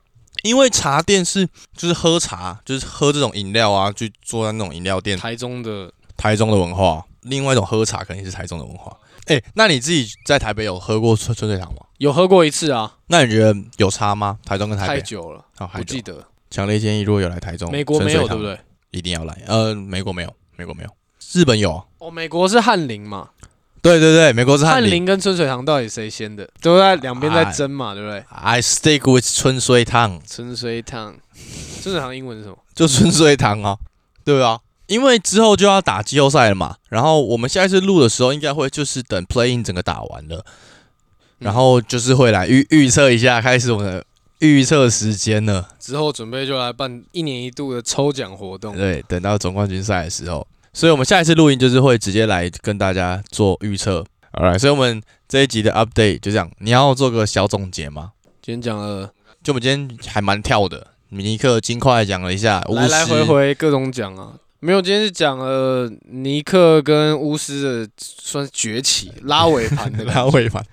[SPEAKER 2] 因为茶店是就是喝茶，就是喝这种饮料啊，去坐在那种饮料店，
[SPEAKER 1] 台中的
[SPEAKER 2] 台中的文化。另外一种喝茶肯定是台中的文化。哎、那你自己在台北有喝过春春水堂吗？
[SPEAKER 1] 有喝过一次啊，
[SPEAKER 2] 那你觉得有差吗？台中跟台
[SPEAKER 1] 太
[SPEAKER 2] 北？
[SPEAKER 1] 久了，
[SPEAKER 2] 好，还
[SPEAKER 1] 不
[SPEAKER 2] 有
[SPEAKER 1] 记得。
[SPEAKER 2] 强烈建议，如果有来台中，
[SPEAKER 1] 美国没有对
[SPEAKER 2] 哦春水堂
[SPEAKER 1] 不？对？
[SPEAKER 2] 一定要来。呃，美国没有，美国没有，日本有。
[SPEAKER 1] 哦，美国是翰林嘛，
[SPEAKER 2] 对对对，美国是
[SPEAKER 1] 翰
[SPEAKER 2] 翰林。哎
[SPEAKER 1] 林跟春水堂到底谁先的？都在两边在争嘛，对不对？
[SPEAKER 2] I stick with 春水堂，
[SPEAKER 1] 春水 堂，春水堂英文是什么？
[SPEAKER 2] 就春水堂啊，对啊，因为之后就要打季后赛了嘛，然后我们下一次录的时候应该会就是等 play in 整个打完了，
[SPEAKER 1] 嗯
[SPEAKER 2] 然后就是会来预预测一下，开始我们的预测时间了。
[SPEAKER 1] 之后准备就来办一年一度的抽奖活动，
[SPEAKER 2] 对，等到总冠军赛的时候，所以我们下一次录音就是会直接来跟大家做预测。好了，所以我们这一集的 update 就这样，你要做个小总结吗？
[SPEAKER 1] 今天讲了
[SPEAKER 2] 就我们今天还蛮跳的，米尼克金块讲了一下，巫
[SPEAKER 1] 来来
[SPEAKER 2] 师
[SPEAKER 1] 回回各种奖啊。没有，今天是讲了尼克跟巫师的算是崛 起拉尾盘的
[SPEAKER 2] 拉尾盘。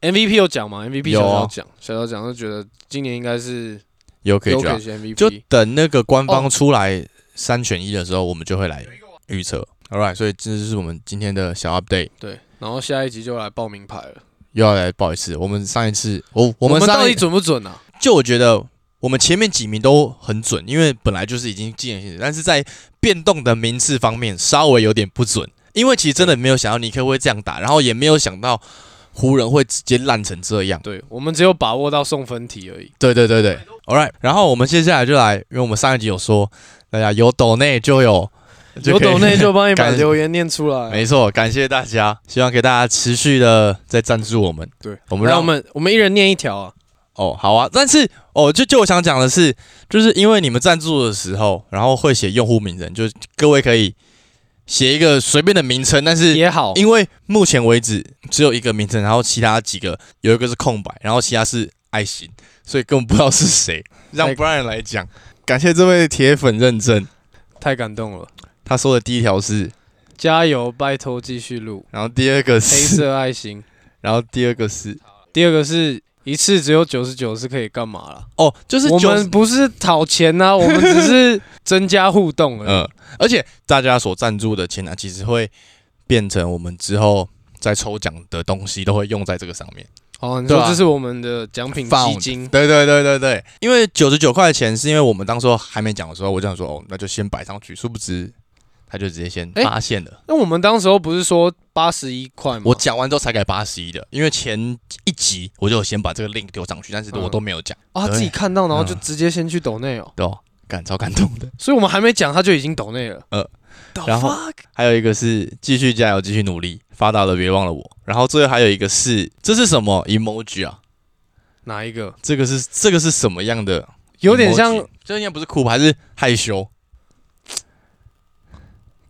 [SPEAKER 1] MVP 有讲吗？MVP
[SPEAKER 2] 有
[SPEAKER 1] 小
[SPEAKER 2] 啊
[SPEAKER 1] 小讲，小小讲就觉得今年应该是
[SPEAKER 2] 有可以
[SPEAKER 1] o
[SPEAKER 2] 决
[SPEAKER 1] k
[SPEAKER 2] 啊，
[SPEAKER 1] 是 MVP，
[SPEAKER 2] 就等那个官
[SPEAKER 1] 哦
[SPEAKER 2] 方出来三选一的时候，我们就会来预测。Alright，所以这就是我们今天的小 update，
[SPEAKER 1] 对，然后下一集就来报名牌了。
[SPEAKER 2] 又要来不好意思，我们上一次，我我
[SPEAKER 1] 我
[SPEAKER 2] 们
[SPEAKER 1] 们
[SPEAKER 2] 上
[SPEAKER 1] 到
[SPEAKER 2] 一
[SPEAKER 1] 底准不准啊？
[SPEAKER 2] 就我觉得我们前面几名都很准，因为本来就是已经进了行但是在变动的名次方面稍微有点不准，因为其实真的没有想到尼克会这样打，然后也没有想到湖人会直接烂成这样。
[SPEAKER 1] 对我们只有把握到送分题而已。
[SPEAKER 2] 对对对对，All right，然后我们接下来就来，因为我们上一集有说，大家有抖内就有，
[SPEAKER 1] 有
[SPEAKER 2] 就可以
[SPEAKER 1] 懂内就帮你把
[SPEAKER 2] 感
[SPEAKER 1] 留言念出来。啊
[SPEAKER 2] 没错，感谢大家，希望给大家持续的在赞助我们。
[SPEAKER 1] 对，
[SPEAKER 2] 我们
[SPEAKER 1] 那
[SPEAKER 2] 让
[SPEAKER 1] 我们我们一人念一条啊。
[SPEAKER 2] 哦，好啊，但是哦，就就我想讲的是，就是因为你们赞助的时候，然后会写用户名人，就各位可以写一个随便的名称，但是
[SPEAKER 1] 也好，
[SPEAKER 2] 因为目前为止只有一个名称，然后其他几个有一个是空白，然后其他是爱心，所以根本不知道 是谁，让
[SPEAKER 1] 太
[SPEAKER 2] Brian 来讲。感谢这位铁粉认证，
[SPEAKER 1] 太感动了，
[SPEAKER 2] 他说的第一条是，
[SPEAKER 1] 加油，拜托继续 录。
[SPEAKER 2] 然后第二个
[SPEAKER 1] 黑
[SPEAKER 2] 是，
[SPEAKER 1] 色爱心。
[SPEAKER 2] 然后第二个是，
[SPEAKER 1] 第二个是一次只有九十九是可以干嘛啦？
[SPEAKER 2] 哦，就是
[SPEAKER 1] 我
[SPEAKER 2] 九十
[SPEAKER 1] 们不是讨钱 呐、我们只是增加互动而已。
[SPEAKER 2] 嗯，而且大家所赞助的钱呢、啊其实会变成我们之后在抽奖的东西都会用在这个上面。
[SPEAKER 1] 哦，你
[SPEAKER 2] 对
[SPEAKER 1] 说
[SPEAKER 2] 啊
[SPEAKER 1] 这是我们的奖品基
[SPEAKER 2] Found
[SPEAKER 1] 金，
[SPEAKER 2] 对对对对对，因为九十九块钱是因为我们当时候还没讲的时候，我就想说哦，那就先摆上去，殊不知他就直接先
[SPEAKER 1] 诶
[SPEAKER 2] 发现了。
[SPEAKER 1] 那我们当时候不是说八十一块吗？
[SPEAKER 2] 我讲完之后才改八十一的，因为前一集我就有先把这个 link 丢上去，但是我都没有讲，
[SPEAKER 1] 啊，
[SPEAKER 2] 对
[SPEAKER 1] 自己看到，然后
[SPEAKER 2] 嗯
[SPEAKER 1] 就直接先去抖内哦，
[SPEAKER 2] 对哦，感超感动的。
[SPEAKER 1] 所以我们还没讲，他就已经抖内了。
[SPEAKER 2] 呃
[SPEAKER 1] The
[SPEAKER 2] 然后
[SPEAKER 1] fuck？
[SPEAKER 2] 还有一个是继续加油，继续努力，发达了别忘了我。然后最后还有一个是这是什么 emoji 啊？
[SPEAKER 1] 哪一个？
[SPEAKER 2] 这个是这个是什么样的 emoji？
[SPEAKER 1] 有点像，
[SPEAKER 2] 这应该不是哭吧，还是害羞、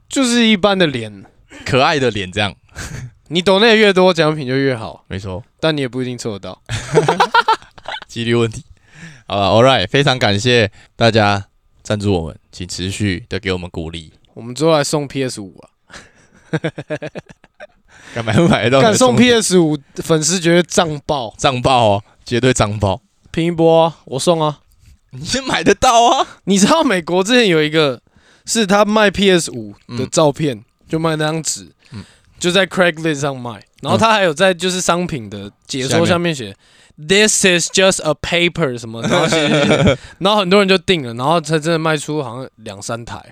[SPEAKER 1] 就是一般的脸，
[SPEAKER 2] 可爱的脸这样。
[SPEAKER 1] 你抖内越多，奖品就越好，
[SPEAKER 2] 没错，
[SPEAKER 1] 但你也不一定抽得到。
[SPEAKER 2] 几率问题。好了，All right，非常感谢大家赞助我们，请持续的给我们鼓励。
[SPEAKER 1] 我们最后来送 PS 五啊，
[SPEAKER 2] 敢买不买得到你的
[SPEAKER 1] 敢送
[SPEAKER 2] 中
[SPEAKER 1] PS 五，粉丝绝对胀爆，
[SPEAKER 2] 账爆哦，绝对账爆，
[SPEAKER 1] 拼一波啊，我送啊。
[SPEAKER 2] 你也买得到啊。
[SPEAKER 1] 你知道美国之前有一个是他卖 PS 五的照片，就卖那张纸，
[SPEAKER 2] 嗯
[SPEAKER 1] 就在 Craigslist 上卖，然后他还有在就是商品的解说
[SPEAKER 2] 下
[SPEAKER 1] 下面写 “This is just a paper” 什么，然后写写 写，然后很多人就订了，然后才真的卖出好像两三台，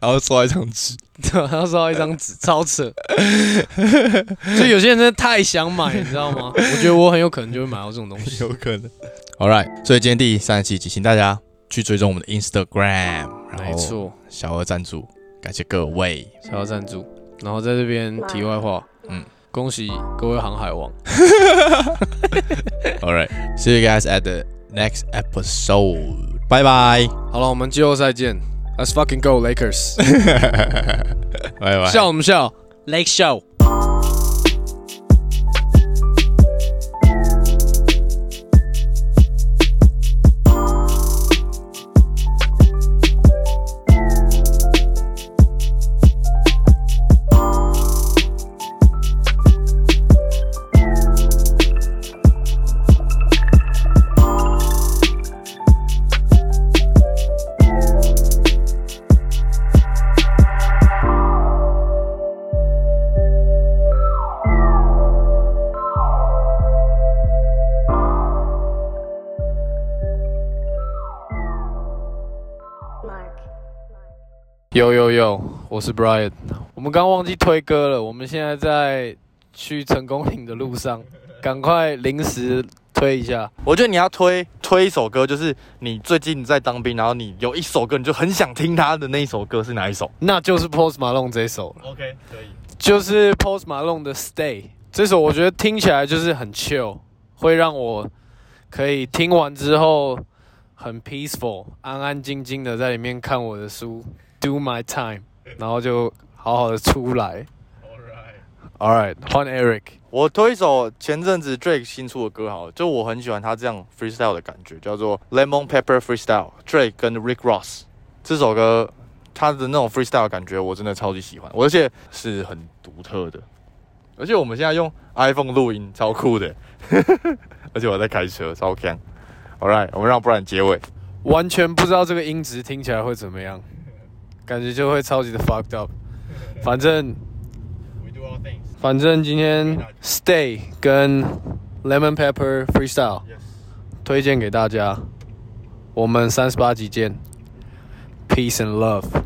[SPEAKER 2] 然后收到一张纸，
[SPEAKER 1] 对啊吧，然后收到一张纸，超扯。 所以有些人真的太想买，你知道吗？我觉得我很有可能就会买到这种东西。
[SPEAKER 2] 有可能。All right，所以今天第三十七集，请大家去追踪我们的 Instagram，然
[SPEAKER 1] 没
[SPEAKER 2] 后
[SPEAKER 1] 错，
[SPEAKER 2] 小额赞助，感谢各位。
[SPEAKER 1] 想要赞助，然后在这边题外话，嗯
[SPEAKER 2] 嗯，
[SPEAKER 1] 恭喜各位航海王。
[SPEAKER 2] All right. See you guys at the next episode. Bye bye.
[SPEAKER 1] 好了，我们季后赛见。Let's fucking go Lakers！
[SPEAKER 2] Bye bye.
[SPEAKER 1] 笑我们笑，Lake Show。
[SPEAKER 3] Mark. Mark.
[SPEAKER 1] 有有有，我是 Brian。我们刚忘记推歌了，我们现在在去成功岭的路上，赶快临时推一下。
[SPEAKER 2] 我觉得你要推推一首歌，就是你最近在当兵，然后你有一首歌你就很想听他的那一首歌是哪一首
[SPEAKER 1] 那就是 Post Malone 这一首了，
[SPEAKER 2] ？OK，可以。
[SPEAKER 1] 就是 Post Malone 的 Stay 这首，我觉得听起来就是很 chill，会让我可以听完之后很 peaceful，安安静静的在里面看我的书，do my time，然后就好好的出来。All right，换 Eric。
[SPEAKER 2] 我推一首前阵子 Drake 新出的歌好了，就我很喜欢他这样 freestyle 的感觉，叫做 Lemon Pepper Freestyle。Drake 跟 Rick Ross 这首歌，他的那种 freestyle 的感觉我真的超级喜欢，而且是很独特的。而且我们现在用 iPhone 录音，超酷的。 而且我在开车，超强。All right，我们让不然结尾。
[SPEAKER 1] 完全不知道这个音质听起来会怎么样，感觉就会超级的 fucked up。反正，反正今天 Stay 跟 Lemon Pepper Freestyle 推荐给大家。我们三十八集见，peace and love。